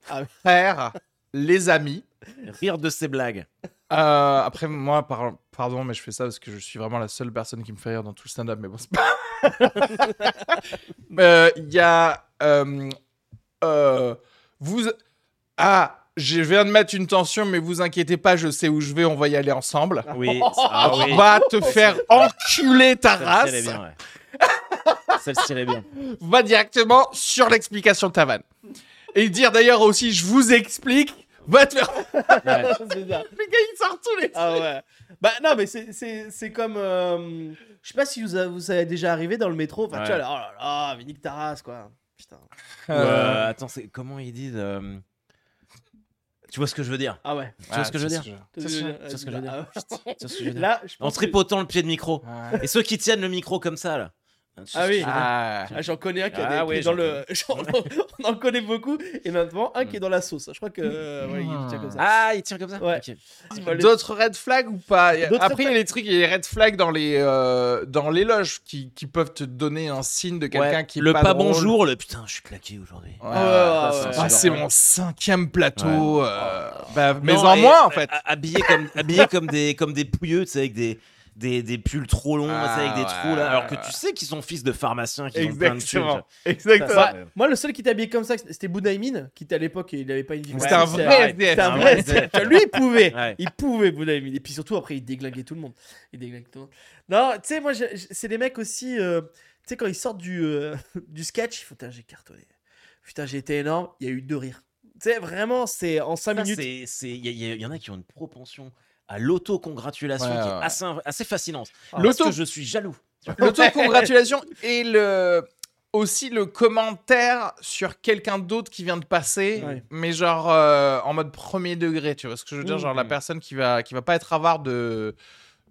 Speaker 4: Ah oui.
Speaker 1: frère, les amis.
Speaker 3: Rire de ces blagues.
Speaker 1: Euh, après, moi, par- pardon, mais je fais ça parce que je suis vraiment la seule personne qui me fait rire dans tout le stand-up, mais bon, c'est pas. Euh, Il y a. euh, euh, vous. Ah, je viens de mettre une tension, mais vous inquiétez pas, je sais où je vais, on va y aller ensemble.
Speaker 3: Oui, ah oui.
Speaker 1: On va te faire enculer ta race.
Speaker 3: Celle-ci, elle est bien, ouais. Celle-ci, elle est bien.
Speaker 1: Va directement sur l'explication de ta vanne. Et dire d'ailleurs aussi, je vous explique, va te faire.
Speaker 3: Ouais.
Speaker 4: C'est ça.
Speaker 1: Les gars, ils sortent tous les.
Speaker 4: Ah ouais. Bah non, mais c'est- c'est c'est comme. euh, je sais pas si vous, a- vous avez déjà arrivé dans le métro. Enfin, tu vois,
Speaker 3: Ouais.
Speaker 4: là, oh là là, mais nique ta race, quoi. Putain.
Speaker 3: Ou, euh, attends, c'est- comment ils disent euh, Tu vois ce que je veux dire
Speaker 4: Ah ouais.
Speaker 3: Tu vois ce que je veux dire
Speaker 4: Tu
Speaker 3: Tu vois ce que je veux dire Tu vois ce que je veux dire
Speaker 4: Là, je
Speaker 3: En
Speaker 4: pense que-
Speaker 3: tripotant le pied de micro. Et ceux qui tiennent le micro comme ça, là. Hein, Tu sais
Speaker 4: Ah
Speaker 3: ce que
Speaker 4: oui.
Speaker 3: je veux dire
Speaker 1: Ah.
Speaker 4: Ah, J'en connais un qui a
Speaker 3: Ah
Speaker 4: des
Speaker 3: ouais,
Speaker 4: pris dans
Speaker 3: j'en
Speaker 4: le. J'en- on en connaît beaucoup. Et maintenant, un qui est dans la sauce. Je crois que. euh, ouais, il tient comme ça.
Speaker 3: Ah, ils tirent comme ça
Speaker 4: Ouais.
Speaker 3: Ok.
Speaker 1: D'autres red flags ou pas Y a-
Speaker 4: Bah, D'autres
Speaker 1: Après, il y a les trucs, il y a les red flags dans les, euh, dans les loges qui, qui peuvent te donner un signe de quelqu'un
Speaker 3: Ouais.
Speaker 1: qui est
Speaker 3: le
Speaker 1: pas,
Speaker 3: pas
Speaker 1: drôle.
Speaker 3: bonjour, le putain, je suis claqué aujourd'hui.
Speaker 1: Ouais.
Speaker 4: Ah, ouais, ouais,
Speaker 1: Ah,
Speaker 4: ouais.
Speaker 1: c'est mon cinquième plateau. euh, bah, mais
Speaker 3: Non,
Speaker 1: en
Speaker 3: et-
Speaker 1: moins, en fait.
Speaker 3: ha- Habillé comme, habillé comme des, comme des pouilleux, tu sais, avec des, des, des pulls trop longs,
Speaker 1: Ah,
Speaker 3: tu sais, avec des
Speaker 1: ouais,
Speaker 3: trous là. Alors que
Speaker 1: ouais.
Speaker 3: tu sais qu'ils sont fils de pharmaciens, qu'ils ont plein de thunes,
Speaker 1: Exactement.
Speaker 3: tu vois.
Speaker 1: Exactement.
Speaker 3: Ça,
Speaker 4: Moi, le seul qui était habillé comme ça, c'était Boudaïmin, qui était à l'époque, il avait pas une vie.
Speaker 1: C'était un
Speaker 4: sociale.
Speaker 1: vrai
Speaker 4: C'était
Speaker 1: SDF.
Speaker 4: un
Speaker 3: un
Speaker 4: vrai
Speaker 3: vrai
Speaker 4: SDF. Tu vois, Lui, il pouvait.
Speaker 3: Ouais.
Speaker 4: Il pouvait, Boudaïmin. Et puis surtout, après, il déglinguait tout le monde. Il déglinguait tout le monde. Non, tu sais, moi, je- je- c'est des mecs aussi. euh, tu sais, quand ils sortent du, euh, du sketch, il faut. Putain, j'ai cartonné. Putain, j'ai été énorme. Il y a eu deux rires. Tu sais, vraiment, c'est en cinq
Speaker 3: Ça,
Speaker 4: minutes.
Speaker 3: c'est- c'est- Il y, a- il y a- il y en a qui ont une propension à l'autocongratulation
Speaker 1: Ouais,
Speaker 3: qui
Speaker 1: ouais.
Speaker 3: est assez, assez fascinante.
Speaker 4: Ah,
Speaker 3: Parce
Speaker 1: l'auto-
Speaker 3: que je suis jaloux.
Speaker 1: L'auto-congratulation et le aussi le commentaire sur quelqu'un d'autre qui vient de passer,
Speaker 4: Ouais.
Speaker 1: mais genre euh, en mode premier degré, tu vois ce que je veux dire,
Speaker 4: Mhm.
Speaker 1: genre la personne qui va qui va pas être avare de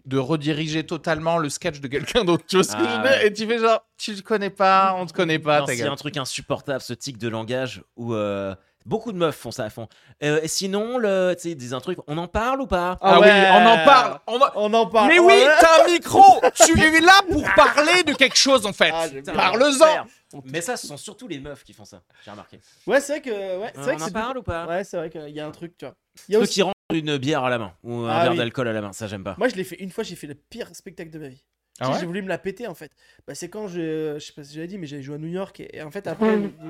Speaker 1: de rediriger totalement le sketch de quelqu'un d'autre, tu vois ce que je
Speaker 3: Ah
Speaker 1: veux dire
Speaker 3: ouais.
Speaker 1: et tu fais genre tu le connais pas, on te connaît pas,
Speaker 3: Non,
Speaker 1: ta
Speaker 3: c'est
Speaker 1: gueule.
Speaker 3: un truc insupportable, ce tic de langage où euh, beaucoup de meufs font ça à fond. Euh, et sinon, le, tu sais, ils disent un truc, on en parle ou pas
Speaker 1: Ah oui, on en parle, on en-
Speaker 4: On en parle.
Speaker 1: Mais
Speaker 4: Oh
Speaker 1: oui,
Speaker 4: là là.
Speaker 1: t'as un micro, tu es là pour parler de quelque chose en fait.
Speaker 4: Ah, j'aime bien.
Speaker 1: Parle-en.
Speaker 3: Mais ça, ce sont surtout les meufs qui font ça, j'ai remarqué.
Speaker 4: Ouais, c'est vrai que. Ouais, c'est
Speaker 3: Euh,
Speaker 4: vrai que
Speaker 3: on en
Speaker 4: c'est-
Speaker 3: parle ou pas
Speaker 4: Ouais, c'est vrai qu'il y a un truc, tu vois. Il y a
Speaker 3: Ceux
Speaker 4: aussi-
Speaker 3: qui rendent une bière à la main ou un
Speaker 4: Ah
Speaker 3: verre
Speaker 4: oui.
Speaker 3: d'alcool à la main, ça j'aime pas.
Speaker 4: Moi, je l'ai fait une fois, j'ai fait le pire spectacle de ma vie.
Speaker 1: Ah
Speaker 4: Tu sais,
Speaker 1: ouais
Speaker 4: j'ai voulu me la péter en fait. Bah, c'est quand je. Je sais pas si j'avais dit, mais j'avais joué à New York et, et en fait après.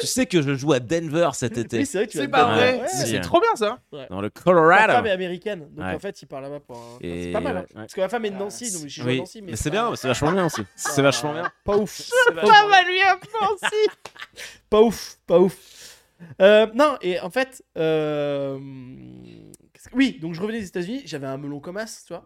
Speaker 3: tu sais que je joue à Denver cet été.
Speaker 4: oui, c'est vrai, tu
Speaker 1: C'est
Speaker 4: vas-
Speaker 1: pas
Speaker 3: Ouais,
Speaker 1: vrai,
Speaker 4: Ouais.
Speaker 3: Si.
Speaker 1: c'est trop bien ça.
Speaker 3: Dans le
Speaker 4: Ma femme
Speaker 3: Colorado.
Speaker 4: est américaine, donc
Speaker 3: Ouais.
Speaker 4: en fait, il parle là-bas pour. un-
Speaker 3: Et
Speaker 4: C'est pas mal. hein.
Speaker 3: ouais, ouais.
Speaker 4: Parce que ma femme est de Nancy,
Speaker 3: Ah,
Speaker 4: donc j'ai joué à
Speaker 3: Oui.
Speaker 4: Nancy.
Speaker 3: Mais c'est bien, c'est vachement bien aussi. C'est vachement bien.
Speaker 4: Pas ouf.
Speaker 3: vachement bien.
Speaker 4: pas ouf, pas ouf. Euh, non, et en fait, euh, qu'est-ce que- oui, donc je revenais des États-Unis, j'avais un melon comme as, tu vois.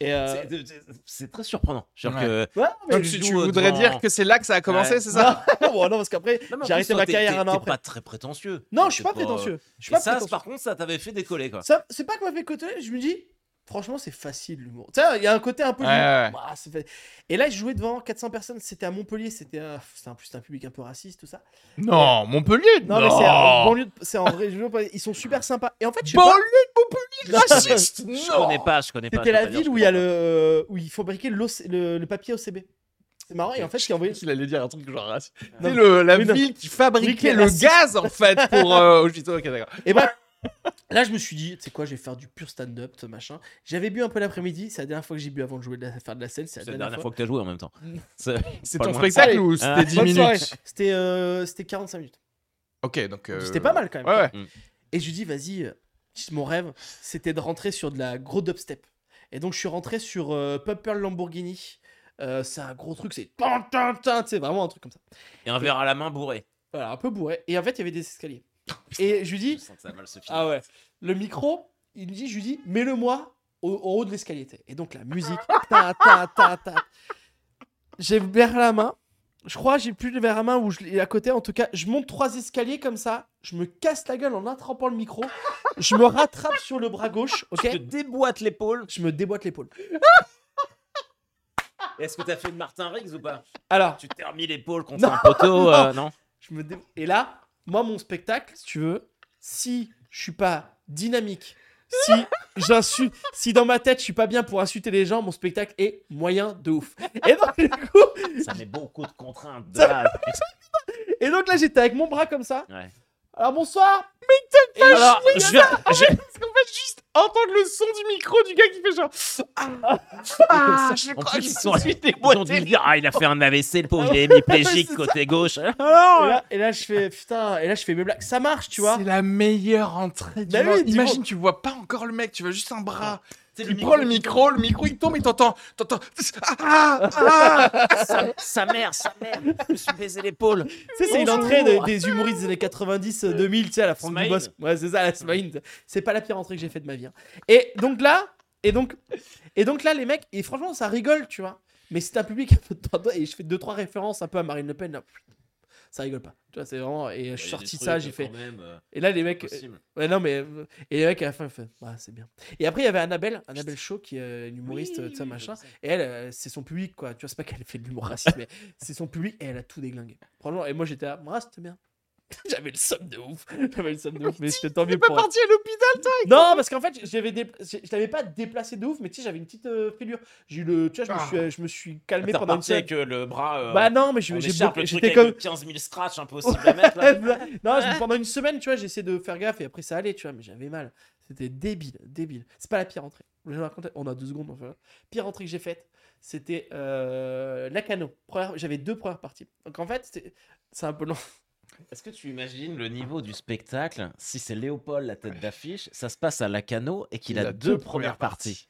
Speaker 4: Et euh,
Speaker 3: C'est- c'est- C'est très surprenant. Genre
Speaker 1: Ouais.
Speaker 3: que-
Speaker 4: ouais, mais-
Speaker 1: Donc
Speaker 3: tu
Speaker 1: tu,
Speaker 3: joues
Speaker 1: tu
Speaker 3: au
Speaker 1: voudrais
Speaker 3: devant-
Speaker 1: dire que c'est là que ça a commencé,
Speaker 3: Ouais.
Speaker 1: c'est ça
Speaker 4: non, bon, non, parce qu'après,
Speaker 3: Non, mais en
Speaker 4: j'ai
Speaker 3: plus,
Speaker 4: arrêté
Speaker 3: toi,
Speaker 4: ma
Speaker 3: t'es-
Speaker 4: carrière
Speaker 3: t'es-
Speaker 4: un an
Speaker 3: t'es
Speaker 4: après.
Speaker 3: pas très prétentieux.
Speaker 4: Non, je suis
Speaker 3: T'es
Speaker 4: pas prétentieux. Je suis
Speaker 3: Et
Speaker 4: pas
Speaker 3: ça,
Speaker 4: prétentieux.
Speaker 3: par contre, ça t'avait fait décoller quoi.
Speaker 4: Ça, c'est pas que m'a fait cotonner, je me dis, franchement, c'est facile l'humour. Tu sais, il y a un côté un peu.
Speaker 1: Ouais,
Speaker 4: je me dis,
Speaker 1: ouais.
Speaker 4: Bah, c'est fa- Et là, je jouais devant 400 personnes, c'était à Montpellier, c'était un, c'était un, c'était un public un peu raciste, tout ça.
Speaker 1: Non, Montpellier.
Speaker 4: Non, mais c'est en banlieue, de- c'est en région, ils sont super sympas. Et en fait, je sais pas-
Speaker 1: Banlieue raciste.
Speaker 3: Je connais pas, je connais
Speaker 4: C'était
Speaker 3: pas. je peux
Speaker 4: la
Speaker 3: pas dire,
Speaker 4: ville
Speaker 3: je
Speaker 4: où il y
Speaker 3: connais
Speaker 4: a
Speaker 3: pas.
Speaker 4: le où ils fabriquaient l'OC- le, le papier OCB. C'est marrant et en fait qui envoyait
Speaker 1: qu'il allait dire un truc genre raciste.
Speaker 4: Non.
Speaker 1: C'est le la
Speaker 4: Oui, non.
Speaker 1: ville qui
Speaker 4: Fabriquer
Speaker 1: fabriquait le
Speaker 4: raciste.
Speaker 1: gaz en fait pour euh, Auschwitz. Ok, d'accord.
Speaker 4: et bref. Là, je me suis dit, tu sais quoi, je vais faire du pur stand-up, ce machin. J'avais bu un peu l'après-midi, c'est la dernière fois que j'ai bu avant de jouer de la, faire de la scène, c'est la
Speaker 3: C'est la
Speaker 4: dernière,
Speaker 3: dernière
Speaker 4: fois.
Speaker 3: fois que t'as joué en même temps. C'est
Speaker 1: C'est
Speaker 3: Pas
Speaker 1: ton
Speaker 3: loin.
Speaker 1: spectacle
Speaker 4: Allez.
Speaker 1: ou c'était
Speaker 3: Ah.
Speaker 1: 10
Speaker 4: Bonne soirée.
Speaker 1: minutes
Speaker 4: C'était euh, c'était 45 minutes.
Speaker 1: Ok, donc euh,
Speaker 4: C'était pas mal quand même.
Speaker 1: Ouais, ouais.
Speaker 4: Et je lui dis, vas-y, euh, mon rêve, c'était de rentrer sur de la gros dubstep. Et donc, je suis rentré sur euh, Purple Lamborghini. Euh, c'est un gros truc, c'est tan, tan, tan, tu sais, vraiment un truc comme ça.
Speaker 3: Et un verre à la main bourré.
Speaker 4: Voilà, un peu bourré. Et en fait, il y avait des escaliers. Et je lui dis,
Speaker 3: Je sens que ça va mal se finir.
Speaker 4: Ah ouais. Le micro, il me dit, je lui dis, mets-le-moi au, en haut de l'escalier. tu sais. Et donc la musique, ta ta ta ta. J'ai vers la main. Je crois j'ai plus le verre à main ou je l'ai à côté. En tout cas, je monte trois escaliers comme ça. Je me casse la gueule en attrapant le micro. Je me rattrape sur le bras gauche. Ok.
Speaker 3: Tu te déboîtes l'épaule.
Speaker 4: Je me déboîte l'épaule.
Speaker 3: Est-ce que t'as fait de Martin Riggs ou pas
Speaker 4: Alors,
Speaker 3: Tu t'es remis l'épaule contre
Speaker 4: Non.
Speaker 3: un poteau, euh, non
Speaker 4: je me dé- et là, moi mon spectacle, si tu veux, si je suis pas dynamique, si j'insulte, si dans ma tête je suis pas bien pour insulter les gens, mon spectacle est moyen de ouf. Et donc, du coup,
Speaker 3: Ça met beaucoup de contraintes. De
Speaker 4: Ça-
Speaker 3: base.
Speaker 4: et donc là j'étais avec mon bras comme ça.
Speaker 3: Ouais.
Speaker 4: Alors bonsoir. Mais
Speaker 3: Alors, je viens- je-
Speaker 1: Ah, Parce qu'en fait, juste entendre le son du micro du gars qui fait genre. Ah, ah, je
Speaker 3: En
Speaker 1: crois
Speaker 3: plus,
Speaker 1: que
Speaker 3: ils
Speaker 1: je
Speaker 3: sont-
Speaker 1: me suis
Speaker 3: Ils ont dû
Speaker 1: déboîté.
Speaker 3: se dire Ah, il a fait un AVC, le pauvre, il est hémiplégique côté gauche.
Speaker 4: et, là, et là, je fais putain. Et là je fais mes blagues. Ça marche, tu vois.
Speaker 1: C'est la meilleure entrée du
Speaker 4: Bah oui,
Speaker 1: monde.
Speaker 4: dis-moi.
Speaker 1: Imagine, tu vois pas encore le mec, tu vois juste un bras.
Speaker 3: C'est
Speaker 1: Tu prends le micro, le micro il tombe et t'entends. T'entends. Ah, ah, ah.
Speaker 3: Sa, sa mère, sa mère. Je me suis baisé l'épaule.
Speaker 4: Tu sais, c'est une
Speaker 3: Bonjour.
Speaker 4: entrée de- des humoristes des années 90, euh, 2000, tu sais, à la Franck
Speaker 3: Smaïn.
Speaker 4: Dubos. Ouais, c'est ça, la Smaïn. C'est pas la pire entrée que j'ai fait de ma vie. hein. Et donc là, et donc, et donc là, les mecs, et franchement, ça rigole, tu vois. Mais c'est un public un peu de droite, et je fais deux trois références un peu à Marine Le Pen. là, Ça rigole pas. Tu vois, c'est vraiment. Et je suis sorti de ça, j'ai
Speaker 3: euh,
Speaker 4: fait. Et là, les mecs. Ouais, non, mais. euh, Et les mecs, à la fin, ils font, Ah, c'est bien. Et après, il y avait Annabelle, Annabelle Shaw, qui est une humoriste, euh, tu sais, machin. Et elle, euh, c'est son public, quoi. Tu vois, c'est pas qu'elle fait de l'humour raciste, mais c'est son public et elle a tout déglingué. Franchement, et moi j'étais là, moi c'était bien. J'avais le somme de ouf. J'avais le somme de ouf, mais c'était tant mieux
Speaker 1: T'es pas
Speaker 4: pour elle.
Speaker 1: parti à l'hôpital
Speaker 4: Non, parce qu'en fait, j'avais dé- je je l'avais pas déplacé de ouf, mais tu sais, j'avais une petite euh, fêlure. J'ai eu le. Tu vois, je me
Speaker 1: Ah.
Speaker 4: suis, euh, je me suis calmé
Speaker 3: T'as
Speaker 4: pendant une
Speaker 3: reparti
Speaker 4: semaine.
Speaker 3: avec euh, le bras. euh,
Speaker 4: Bah non, mais je-
Speaker 3: en
Speaker 4: j'ai
Speaker 3: écharpe,
Speaker 4: beaucoup-
Speaker 3: le truc
Speaker 4: j'étais
Speaker 3: avec
Speaker 4: comme.
Speaker 3: le 15 000 scratch impossible à mettre. là.
Speaker 4: non, je- pendant une semaine, tu vois, j'ai essayé de faire gaffe et après ça allait, tu vois, mais j'avais mal. C'était débile, débile. C'est pas la pire entrée. Je vais vous raconter. On a deux secondes, enfin. Pire entrée que j'ai faite, c'était euh, Lacano. Première- J'avais deux premières parties. Donc en fait, c'était- c'est un peu long.
Speaker 3: Est-ce que tu imagines le niveau du spectacle si c'est Léopold la tête d'affiche, ça se passe à Lacano et qu'il a, deux, premières parties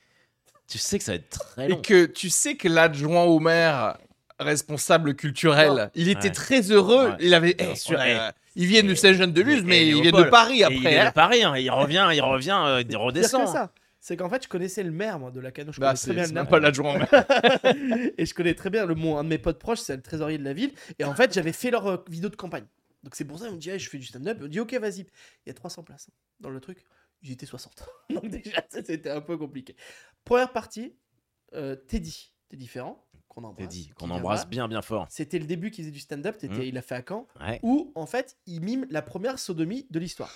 Speaker 3: Tu sais que ça va être très
Speaker 1: Et
Speaker 3: long.
Speaker 1: que tu sais que l'adjoint au maire responsable culturel.
Speaker 4: Non.
Speaker 1: Il était
Speaker 3: Ouais.
Speaker 1: très heureux.
Speaker 3: Ouais.
Speaker 1: Il avait. eh,
Speaker 3: Bien
Speaker 1: sur-
Speaker 3: sûr.
Speaker 1: euh, ils viennent de
Speaker 3: Et-
Speaker 1: Saint-Jean de Luz,
Speaker 3: et-
Speaker 1: mais
Speaker 3: et
Speaker 1: ils viennent de
Speaker 3: Léopold.
Speaker 1: Paris
Speaker 3: Et
Speaker 1: après.
Speaker 3: il est
Speaker 1: hein.
Speaker 3: de Paris, hein, il revient, il revient, euh, il
Speaker 4: Pire que
Speaker 3: redescend.
Speaker 4: ça. C'est qu'en fait, je connaissais le maire, moi, de la Cano. Je
Speaker 1: Bah,
Speaker 4: connais très
Speaker 1: c'est
Speaker 4: bien
Speaker 1: c'est
Speaker 4: le
Speaker 1: même
Speaker 4: maire.
Speaker 1: pas l'adjoint. mais-
Speaker 4: et je connais très bien le mot. Un de mes potes proches, c'est le trésorier de la ville. Et en fait, j'avais fait leur euh, vidéo de campagne. Donc c'est pour ça, ils me dit, Ah, je fais du stand-up. Ils me dit, ok, vas-y. Il y a 300 places hein, dans le truc. J'étais 60. Donc déjà, ça, c'était un peu compliqué. Première partie, euh, Teddy. Teddy Ferrand, qu'on embrasse.
Speaker 3: T'es dit,
Speaker 4: qui
Speaker 3: qu'on
Speaker 4: viendra.
Speaker 3: embrasse bien, bien fort.
Speaker 4: C'était le début qu'il faisait du stand-up. t'étais-
Speaker 3: Mm.
Speaker 4: Il a fait à Caen.
Speaker 3: Ouais.
Speaker 4: Où, en fait, il mime la première sodomie de l'histoire.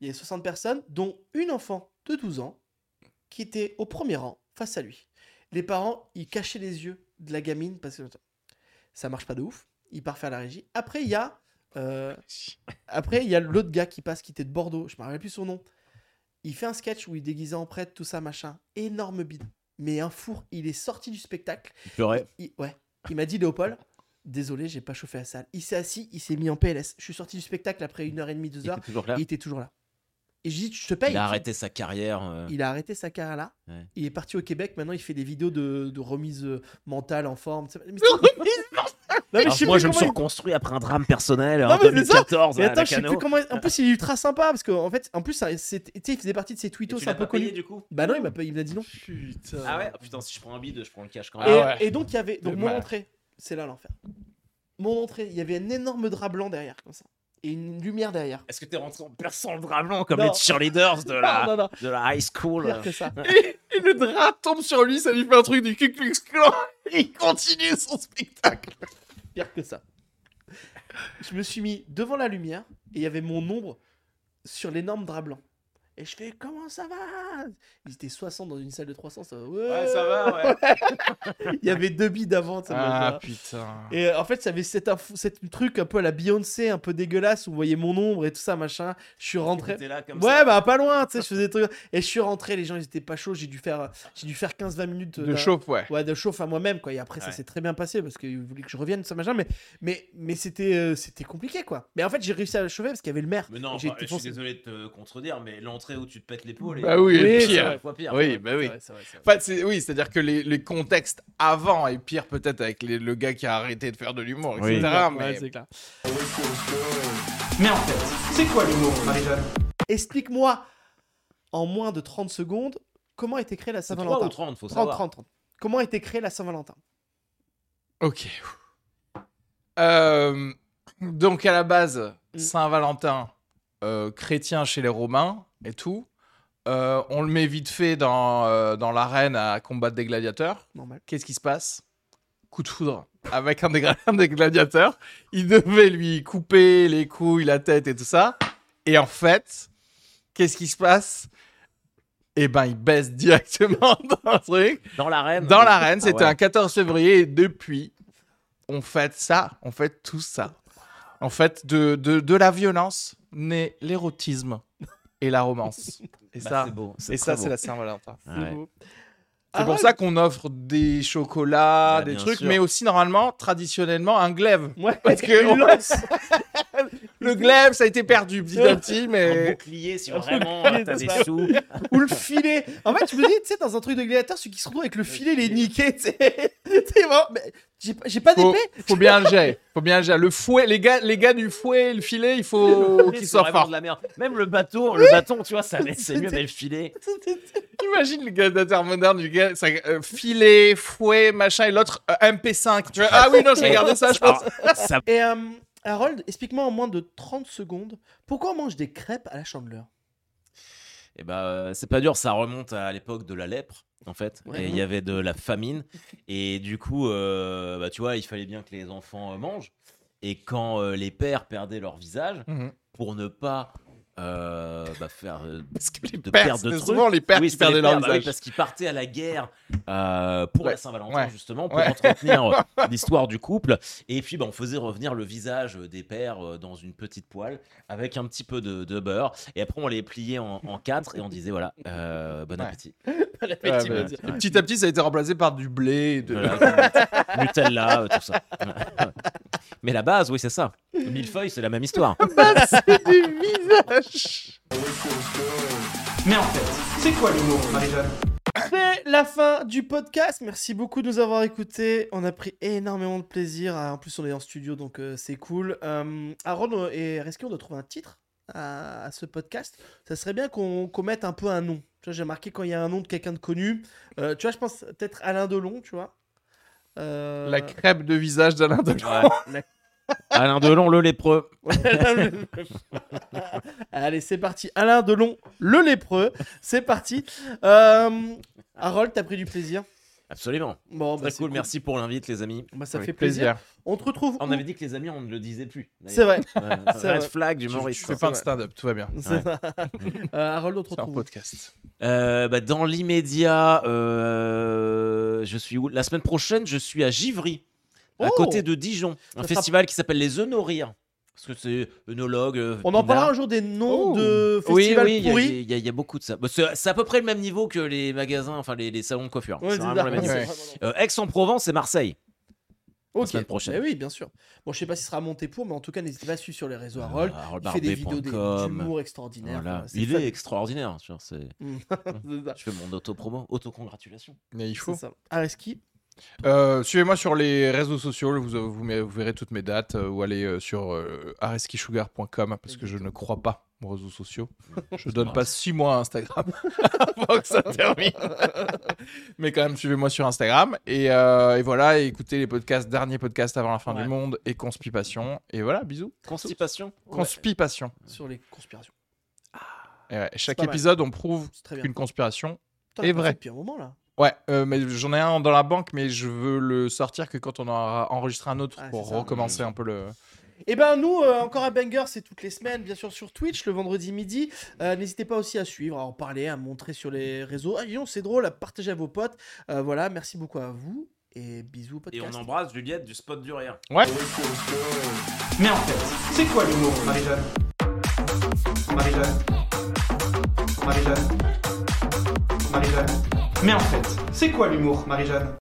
Speaker 4: Il y a 60 personnes, dont une enfant de 12 ans qui était au premier rang face à lui. Les parents, ils cachaient les yeux de la gamine parce que ça marche pas de ouf. Il part faire la régie. Après, il y a euh, après il y a l'autre gars qui passe, qui était de Bordeaux. Je me rappelle plus son nom. Il fait un sketch où il est déguisé en prêtre, tout ça, machin. Énorme bide. Mais un four. Il est sorti du spectacle.
Speaker 3: Il pleurait.
Speaker 4: Il, ouais. Il m'a dit, Léopold, désolé, j'ai pas chauffé la salle. Il s'est assis, il s'est mis en PLS. Je suis sorti du spectacle après une heure et demie, deux
Speaker 3: Il
Speaker 4: heures.
Speaker 3: était toujours là.
Speaker 4: Et il était toujours là. Et je dis, je te paye.
Speaker 3: Il a arrêté sa carrière. euh,
Speaker 4: Il a arrêté sa carrière là.
Speaker 3: Ouais.
Speaker 4: Il est parti au Québec. Maintenant, il fait des vidéos de, de remise euh, mentale en forme. Mais Non, mais
Speaker 3: Alors
Speaker 4: je sais
Speaker 3: moi,
Speaker 4: plus
Speaker 3: je me
Speaker 4: comment
Speaker 3: suis
Speaker 4: il-
Speaker 3: reconstruit après un drame personnel
Speaker 4: Non,
Speaker 3: en
Speaker 4: mais c'est ça.
Speaker 3: 2014
Speaker 4: Mais
Speaker 3: à
Speaker 4: attends,
Speaker 3: la
Speaker 4: je sais
Speaker 3: Cano.
Speaker 4: plus comment. il- En plus, il est ultra sympa parce que en fait, en plus, ça- c'est- tu sais, il faisait partie de ces
Speaker 3: Et
Speaker 4: tweetos
Speaker 3: tu
Speaker 4: un
Speaker 3: l'as
Speaker 4: peu
Speaker 3: pas payé
Speaker 4: connus.
Speaker 3: du coup
Speaker 4: Bah non, il m'a pas- il m'a dit non.
Speaker 1: Putain.
Speaker 3: Ah ouais Ah Putain, si je prends un bide, je prends le cash quand
Speaker 4: Et,
Speaker 3: même.
Speaker 1: Ah ouais.
Speaker 4: et donc il y avait donc
Speaker 1: Le
Speaker 4: mon
Speaker 1: mal.
Speaker 4: entrée, c'est là l'enfer. Mon entrée, il y avait un énorme drap blanc derrière comme ça et une lumière derrière.
Speaker 3: Est-ce que t'es rentré en perçant le drap blanc comme
Speaker 4: Non.
Speaker 3: les cheerleaders de la, Oh
Speaker 4: Non, non, non,
Speaker 3: de la high school
Speaker 4: pire que ça.
Speaker 1: Et le drap tombe sur lui, ça lui fait un truc du Ku Klux Klan. Il continue son spectacle.
Speaker 4: Pire que ça. Je me suis mis devant la lumière et il y avait mon ombre sur l'énorme drap blanc. Et je fais comment ça va Ils étaient 60 dans une salle de 300. Ça va. Ouais,
Speaker 3: va, ouais.
Speaker 4: Il y avait deux billes d'avant. ça va, ça va.
Speaker 1: Ah putain.
Speaker 4: Et euh, en fait, ça avait cet, info- cet truc un peu à la Beyoncé, un peu dégueulasse, où vous voyez mon ombre et tout ça, machin. Je suis rentré.
Speaker 3: T'es là comme
Speaker 4: Ouais,
Speaker 3: ça.
Speaker 4: bah pas loin, tu sais, je faisais des trucs. Et je suis rentré, les gens ils étaient pas chauds, j'ai dû faire, j'ai dû faire 15-20 minutes euh,
Speaker 1: De
Speaker 4: d'un-
Speaker 1: chauffe, ouais.
Speaker 4: Ouais, de chauffe à moi-même, quoi. Et après, ça
Speaker 3: Ouais.
Speaker 4: s'est très bien passé parce qu'ils voulaient que je revienne, ça machin. Mais, mais, mais c'était euh, c'était compliqué, quoi. Mais en fait, j'ai réussi à chauffer parce qu'il y avait le maire.
Speaker 3: Mais non,
Speaker 4: Et j'ai
Speaker 3: bah,
Speaker 4: été
Speaker 3: je suis
Speaker 4: foncé.
Speaker 3: désolé de te contredire, mais l'entrée où tu te pètes l'épaule.
Speaker 1: Bah oui,
Speaker 4: Oui,
Speaker 3: c'est
Speaker 4: c'est
Speaker 1: pire.
Speaker 4: vrai.
Speaker 3: cinq fois pire.
Speaker 1: Oui, bah oui.
Speaker 4: C'est vrai, c'est vrai, c'est vrai.
Speaker 1: Enfin, c'est- oui, c'est-à-dire que les, les contextes avant et pire peut-être avec les- le gars qui a arrêté de faire de l'humour,
Speaker 3: Oui.
Speaker 1: etc. Mais
Speaker 4: Ouais, c'est clair.
Speaker 5: Mais en fait, c'est quoi l'humour, Marie-Jeanne
Speaker 4: Explique-moi en moins de 30 secondes comment a été créée la
Speaker 3: C'est 3
Speaker 4: Saint-Valentin.
Speaker 3: ou 30, faut
Speaker 4: 30,
Speaker 3: savoir.
Speaker 4: 30, 30. Comment a été créée la Saint-Valentin
Speaker 1: Ok. Euh, donc à la base,
Speaker 4: Mm.
Speaker 1: Saint-Valentin, euh, chrétien chez les Romains et tout, Euh, on le met vite fait dans, euh, dans l'arène à combattre des gladiateurs.
Speaker 4: Normal.
Speaker 1: Qu'est-ce qui se passe Coup de foudre avec un des, gla- un des gladiateurs. Il devait lui couper les couilles, la tête et tout ça. Et en fait, qu'est-ce qui se passe Eh ben, il baisse directement dans le truc.
Speaker 3: Dans l'arène.
Speaker 1: Dans l'arène,
Speaker 3: Ah
Speaker 1: c'était
Speaker 3: ouais.
Speaker 1: un 14 février et depuis, on fête ça, on fête tout ça. En fait, de, de, de la violence naît l'érotisme et la romance. Et
Speaker 3: Bah,
Speaker 1: ça,
Speaker 3: c'est beau.
Speaker 1: et ça,
Speaker 3: très
Speaker 1: c'est
Speaker 3: beau.
Speaker 1: la Saint-Valentin.
Speaker 4: C'est
Speaker 3: Ouais.
Speaker 4: beau.
Speaker 1: C'est
Speaker 4: Ah
Speaker 1: pour
Speaker 4: ouais,
Speaker 1: ça qu'on offre des chocolats,
Speaker 3: Bah,
Speaker 1: des
Speaker 3: bien
Speaker 1: trucs,
Speaker 3: sûr.
Speaker 1: mais aussi normalement, traditionnellement, un glaive.
Speaker 4: Ouais,
Speaker 1: Parce que
Speaker 4: une lance.
Speaker 1: le glaive, ça a été perdu petit à petit,
Speaker 3: Un
Speaker 1: mais
Speaker 3: bouclier, si
Speaker 4: Un
Speaker 3: vraiment
Speaker 4: bouclier,
Speaker 3: t'as
Speaker 4: c'est
Speaker 3: des
Speaker 4: ça.
Speaker 3: sous.
Speaker 4: ou le filet. En fait, je me dis, tu sais, dans un truc de gladiateur, celui qui se retrouve avec le filet, il est niqué, tu sais. T'es vraiment, mais j'ai pas- j'ai pas
Speaker 1: faut,
Speaker 4: d'épée.
Speaker 1: faut bien le jet. Faut bien le jet. Le fouet, les gars, les gars du fouet, le filet, il faut
Speaker 3: C'est
Speaker 1: qu'ils soient
Speaker 3: vraiment
Speaker 1: forts.
Speaker 3: de la merde. Même le bateau, le bâton, tu vois, ça laisse- c'est mieux
Speaker 4: C'était-
Speaker 3: mais le filet.
Speaker 1: Imagine le gladiateur moderne du gars, ça, euh, filet, fouet, machin, et l'autre euh, MP5. Tu vois, ah oui, non, j'ai regardé ça, je pense.
Speaker 3: Alors, ça-
Speaker 4: Et euh, Harold, explique-moi en moins de 30 secondes pourquoi on mange des crêpes à la chandeleur.
Speaker 3: Eh ben, euh, c'est pas dur, ça remonte à l'époque de la lèpre, en fait.
Speaker 4: Ouais.
Speaker 3: Et il y avait de la famine. Et du coup, euh, bah, tu vois, il fallait bien que les enfants euh, mangent. Et quand euh, les pères perdaient leur visage,
Speaker 1: Mhm.
Speaker 3: pour ne pas euh, bah, faire euh,
Speaker 1: Parce que les
Speaker 3: de
Speaker 1: pères,
Speaker 3: perdre de
Speaker 1: c'est
Speaker 3: trucs.
Speaker 1: souvent les pères
Speaker 3: oui,
Speaker 1: qui
Speaker 3: c'était les
Speaker 1: perdaient leur
Speaker 3: pères, bah oui,
Speaker 1: visage.
Speaker 3: parce qu'ils partaient à la guerre euh, pour
Speaker 1: Ouais,
Speaker 3: la Saint-Valentin,
Speaker 1: ouais,
Speaker 3: justement, pour
Speaker 1: ouais.
Speaker 3: entretenir euh, l'histoire du couple. Et puis, bah, on faisait revenir le visage des pères euh, dans une petite poêle avec un petit peu de, de beurre. Et après, on les pliait en, en quatre et on disait voilà, euh, bon
Speaker 1: Ouais.
Speaker 3: appétit.
Speaker 1: Ouais,
Speaker 4: Ah,
Speaker 1: mais-
Speaker 4: ben.
Speaker 3: vas-y.
Speaker 1: et petit à petit, ça a été remplacé par du blé. et de-
Speaker 3: Voilà, du Nutella, euh, tout ça. Mais la base, oui, c'est ça. Le millefeuille, c'est la même histoire.
Speaker 1: Ah,
Speaker 5: Mais en fait, c'est quoi l'humour, Marie-Jeanne
Speaker 4: fait la fin du podcast. Merci beaucoup de nous avoir écoutés. On a pris énormément de plaisir. Ah, En plus, on est en studio, donc euh, c'est cool. Euh, Aaron euh, et Rescue, on doit trouver un titre à, à ce podcast. Ça serait bien qu'on qu'on mette un peu un nom. Tu vois, j'ai marqué quand il y a un nom de quelqu'un de connu. Euh, tu vois, je pense peut-être Alain Delon, tu vois. Euh,
Speaker 7: La crêpe de visage d'Alain Delon.
Speaker 3: Alain Delon, le lépreux.
Speaker 4: Allez, c'est parti. Alain Delon, le lépreux. C'est parti. Euh, Harold, t'as pris du plaisir
Speaker 3: Absolument.
Speaker 4: Bon, bah,
Speaker 3: Très
Speaker 4: c'est
Speaker 3: cool, merci pour l'invite, les amis.
Speaker 4: Bah, ça
Speaker 7: Avec
Speaker 4: fait plaisir. On te retrouve.
Speaker 3: Ah, On
Speaker 4: où
Speaker 3: avait dit que les amis, on ne le disait plus. d'ailleurs.
Speaker 4: C'est vrai.
Speaker 3: Ouais,
Speaker 4: C'est
Speaker 3: Red
Speaker 4: vrai.
Speaker 3: flag du
Speaker 1: Tu, tu
Speaker 3: Maurice.
Speaker 1: fais pas de stand-up, tout va bien.
Speaker 4: C'est vrai. Euh, Harold, on te
Speaker 1: C'est un
Speaker 4: retrouve. où
Speaker 1: podcast.
Speaker 3: Euh, bah, dans l'immédiat, euh, je suis où La semaine prochaine, je suis à Givry, à
Speaker 4: Oh
Speaker 3: côté de Dijon, un
Speaker 4: sera-
Speaker 3: festival qui s'appelle les Honorires. Parce que c'est œnologue. euh,
Speaker 4: On en
Speaker 3: pinard.
Speaker 4: parlera un jour des noms
Speaker 7: Oh.
Speaker 4: de
Speaker 3: Oui,
Speaker 4: festivals
Speaker 3: oui, il y a-
Speaker 4: pourris.
Speaker 3: il y, a- il y a beaucoup de ça. Bah, c'est c'est à peu près le même niveau que les magasins, enfin les, les salons de coiffure.
Speaker 4: Ouais,
Speaker 3: c'est
Speaker 4: c'est
Speaker 3: vraiment
Speaker 4: ça.
Speaker 3: la même
Speaker 1: Ouais.
Speaker 3: chose. Euh, Aix-en-Provence et Marseille.
Speaker 4: Ok.
Speaker 3: semaine prochaine.
Speaker 4: Eh oui, bien sûr. Bon, je sais pas si ce sera monté pour, mais en tout cas, n'hésitez pas à suivre sur les réseaux Harold.
Speaker 3: Euh,
Speaker 4: Il fait des vidéos des-
Speaker 3: haroldbarbet.com.
Speaker 4: d'humour extraordinaire.
Speaker 3: Voilà.
Speaker 4: Enfin, c'est
Speaker 3: Il
Speaker 4: fun.
Speaker 3: est extraordinaire. tu vois, c'est-
Speaker 4: Mm. C'est ça.
Speaker 3: Je fais mon auto-promo, auto-congratulation.
Speaker 1: Mais il
Speaker 4: C'est
Speaker 1: faut.
Speaker 4: ça. Areski,
Speaker 1: Euh, Suivez-moi sur les réseaux sociaux, vous, vous, me- vous verrez toutes mes dates, euh, ou allez euh, sur euh, areskisugar.com, parce que je ne crois pas aux réseaux sociaux. Je donne pas six mois à Instagram avant que ça termine. Mais quand même, suivez-moi sur Instagram. Et, euh, et voilà, et écoutez les podcasts, dernier podcast avant la fin
Speaker 3: Ouais.
Speaker 1: du monde, et Conspipation. Et voilà, bisous.
Speaker 3: Constipation.
Speaker 4: Ouais.
Speaker 1: Conspipation.
Speaker 4: sur les conspirations.
Speaker 1: Et ouais, chaque
Speaker 4: pas mal.
Speaker 1: épisode, on prouve
Speaker 4: C'est très bien.
Speaker 1: qu'une conspiration. est
Speaker 4: Putain, on a passé
Speaker 1: vrai.
Speaker 4: Depuis un moment là.
Speaker 1: Ouais, euh, mais j'en ai un dans la banque, mais je veux le sortir que quand on aura enregistré un autre
Speaker 4: Ah,
Speaker 1: pour
Speaker 4: c'est ça.
Speaker 1: recommencer un peu le.
Speaker 4: Et ben nous, euh, encore à Banger, c'est toutes les semaines, bien sûr sur Twitch, le vendredi midi. Euh, N'hésitez pas aussi à suivre, à en parler, à montrer sur les réseaux. Ah, dis donc, c'est drôle, à partager à vos potes. Euh, voilà, merci beaucoup à vous et bisous au
Speaker 3: Et
Speaker 4: podcast.
Speaker 3: on embrasse Juliette du spot du rien.
Speaker 5: Mais en fait, c'est quoi l'humour, Marie-Jeanne Marie-Jeanne Marie-Jeanne Marie-Jeanne Mais en fait, c'est quoi l'humour, Marie-Jeanne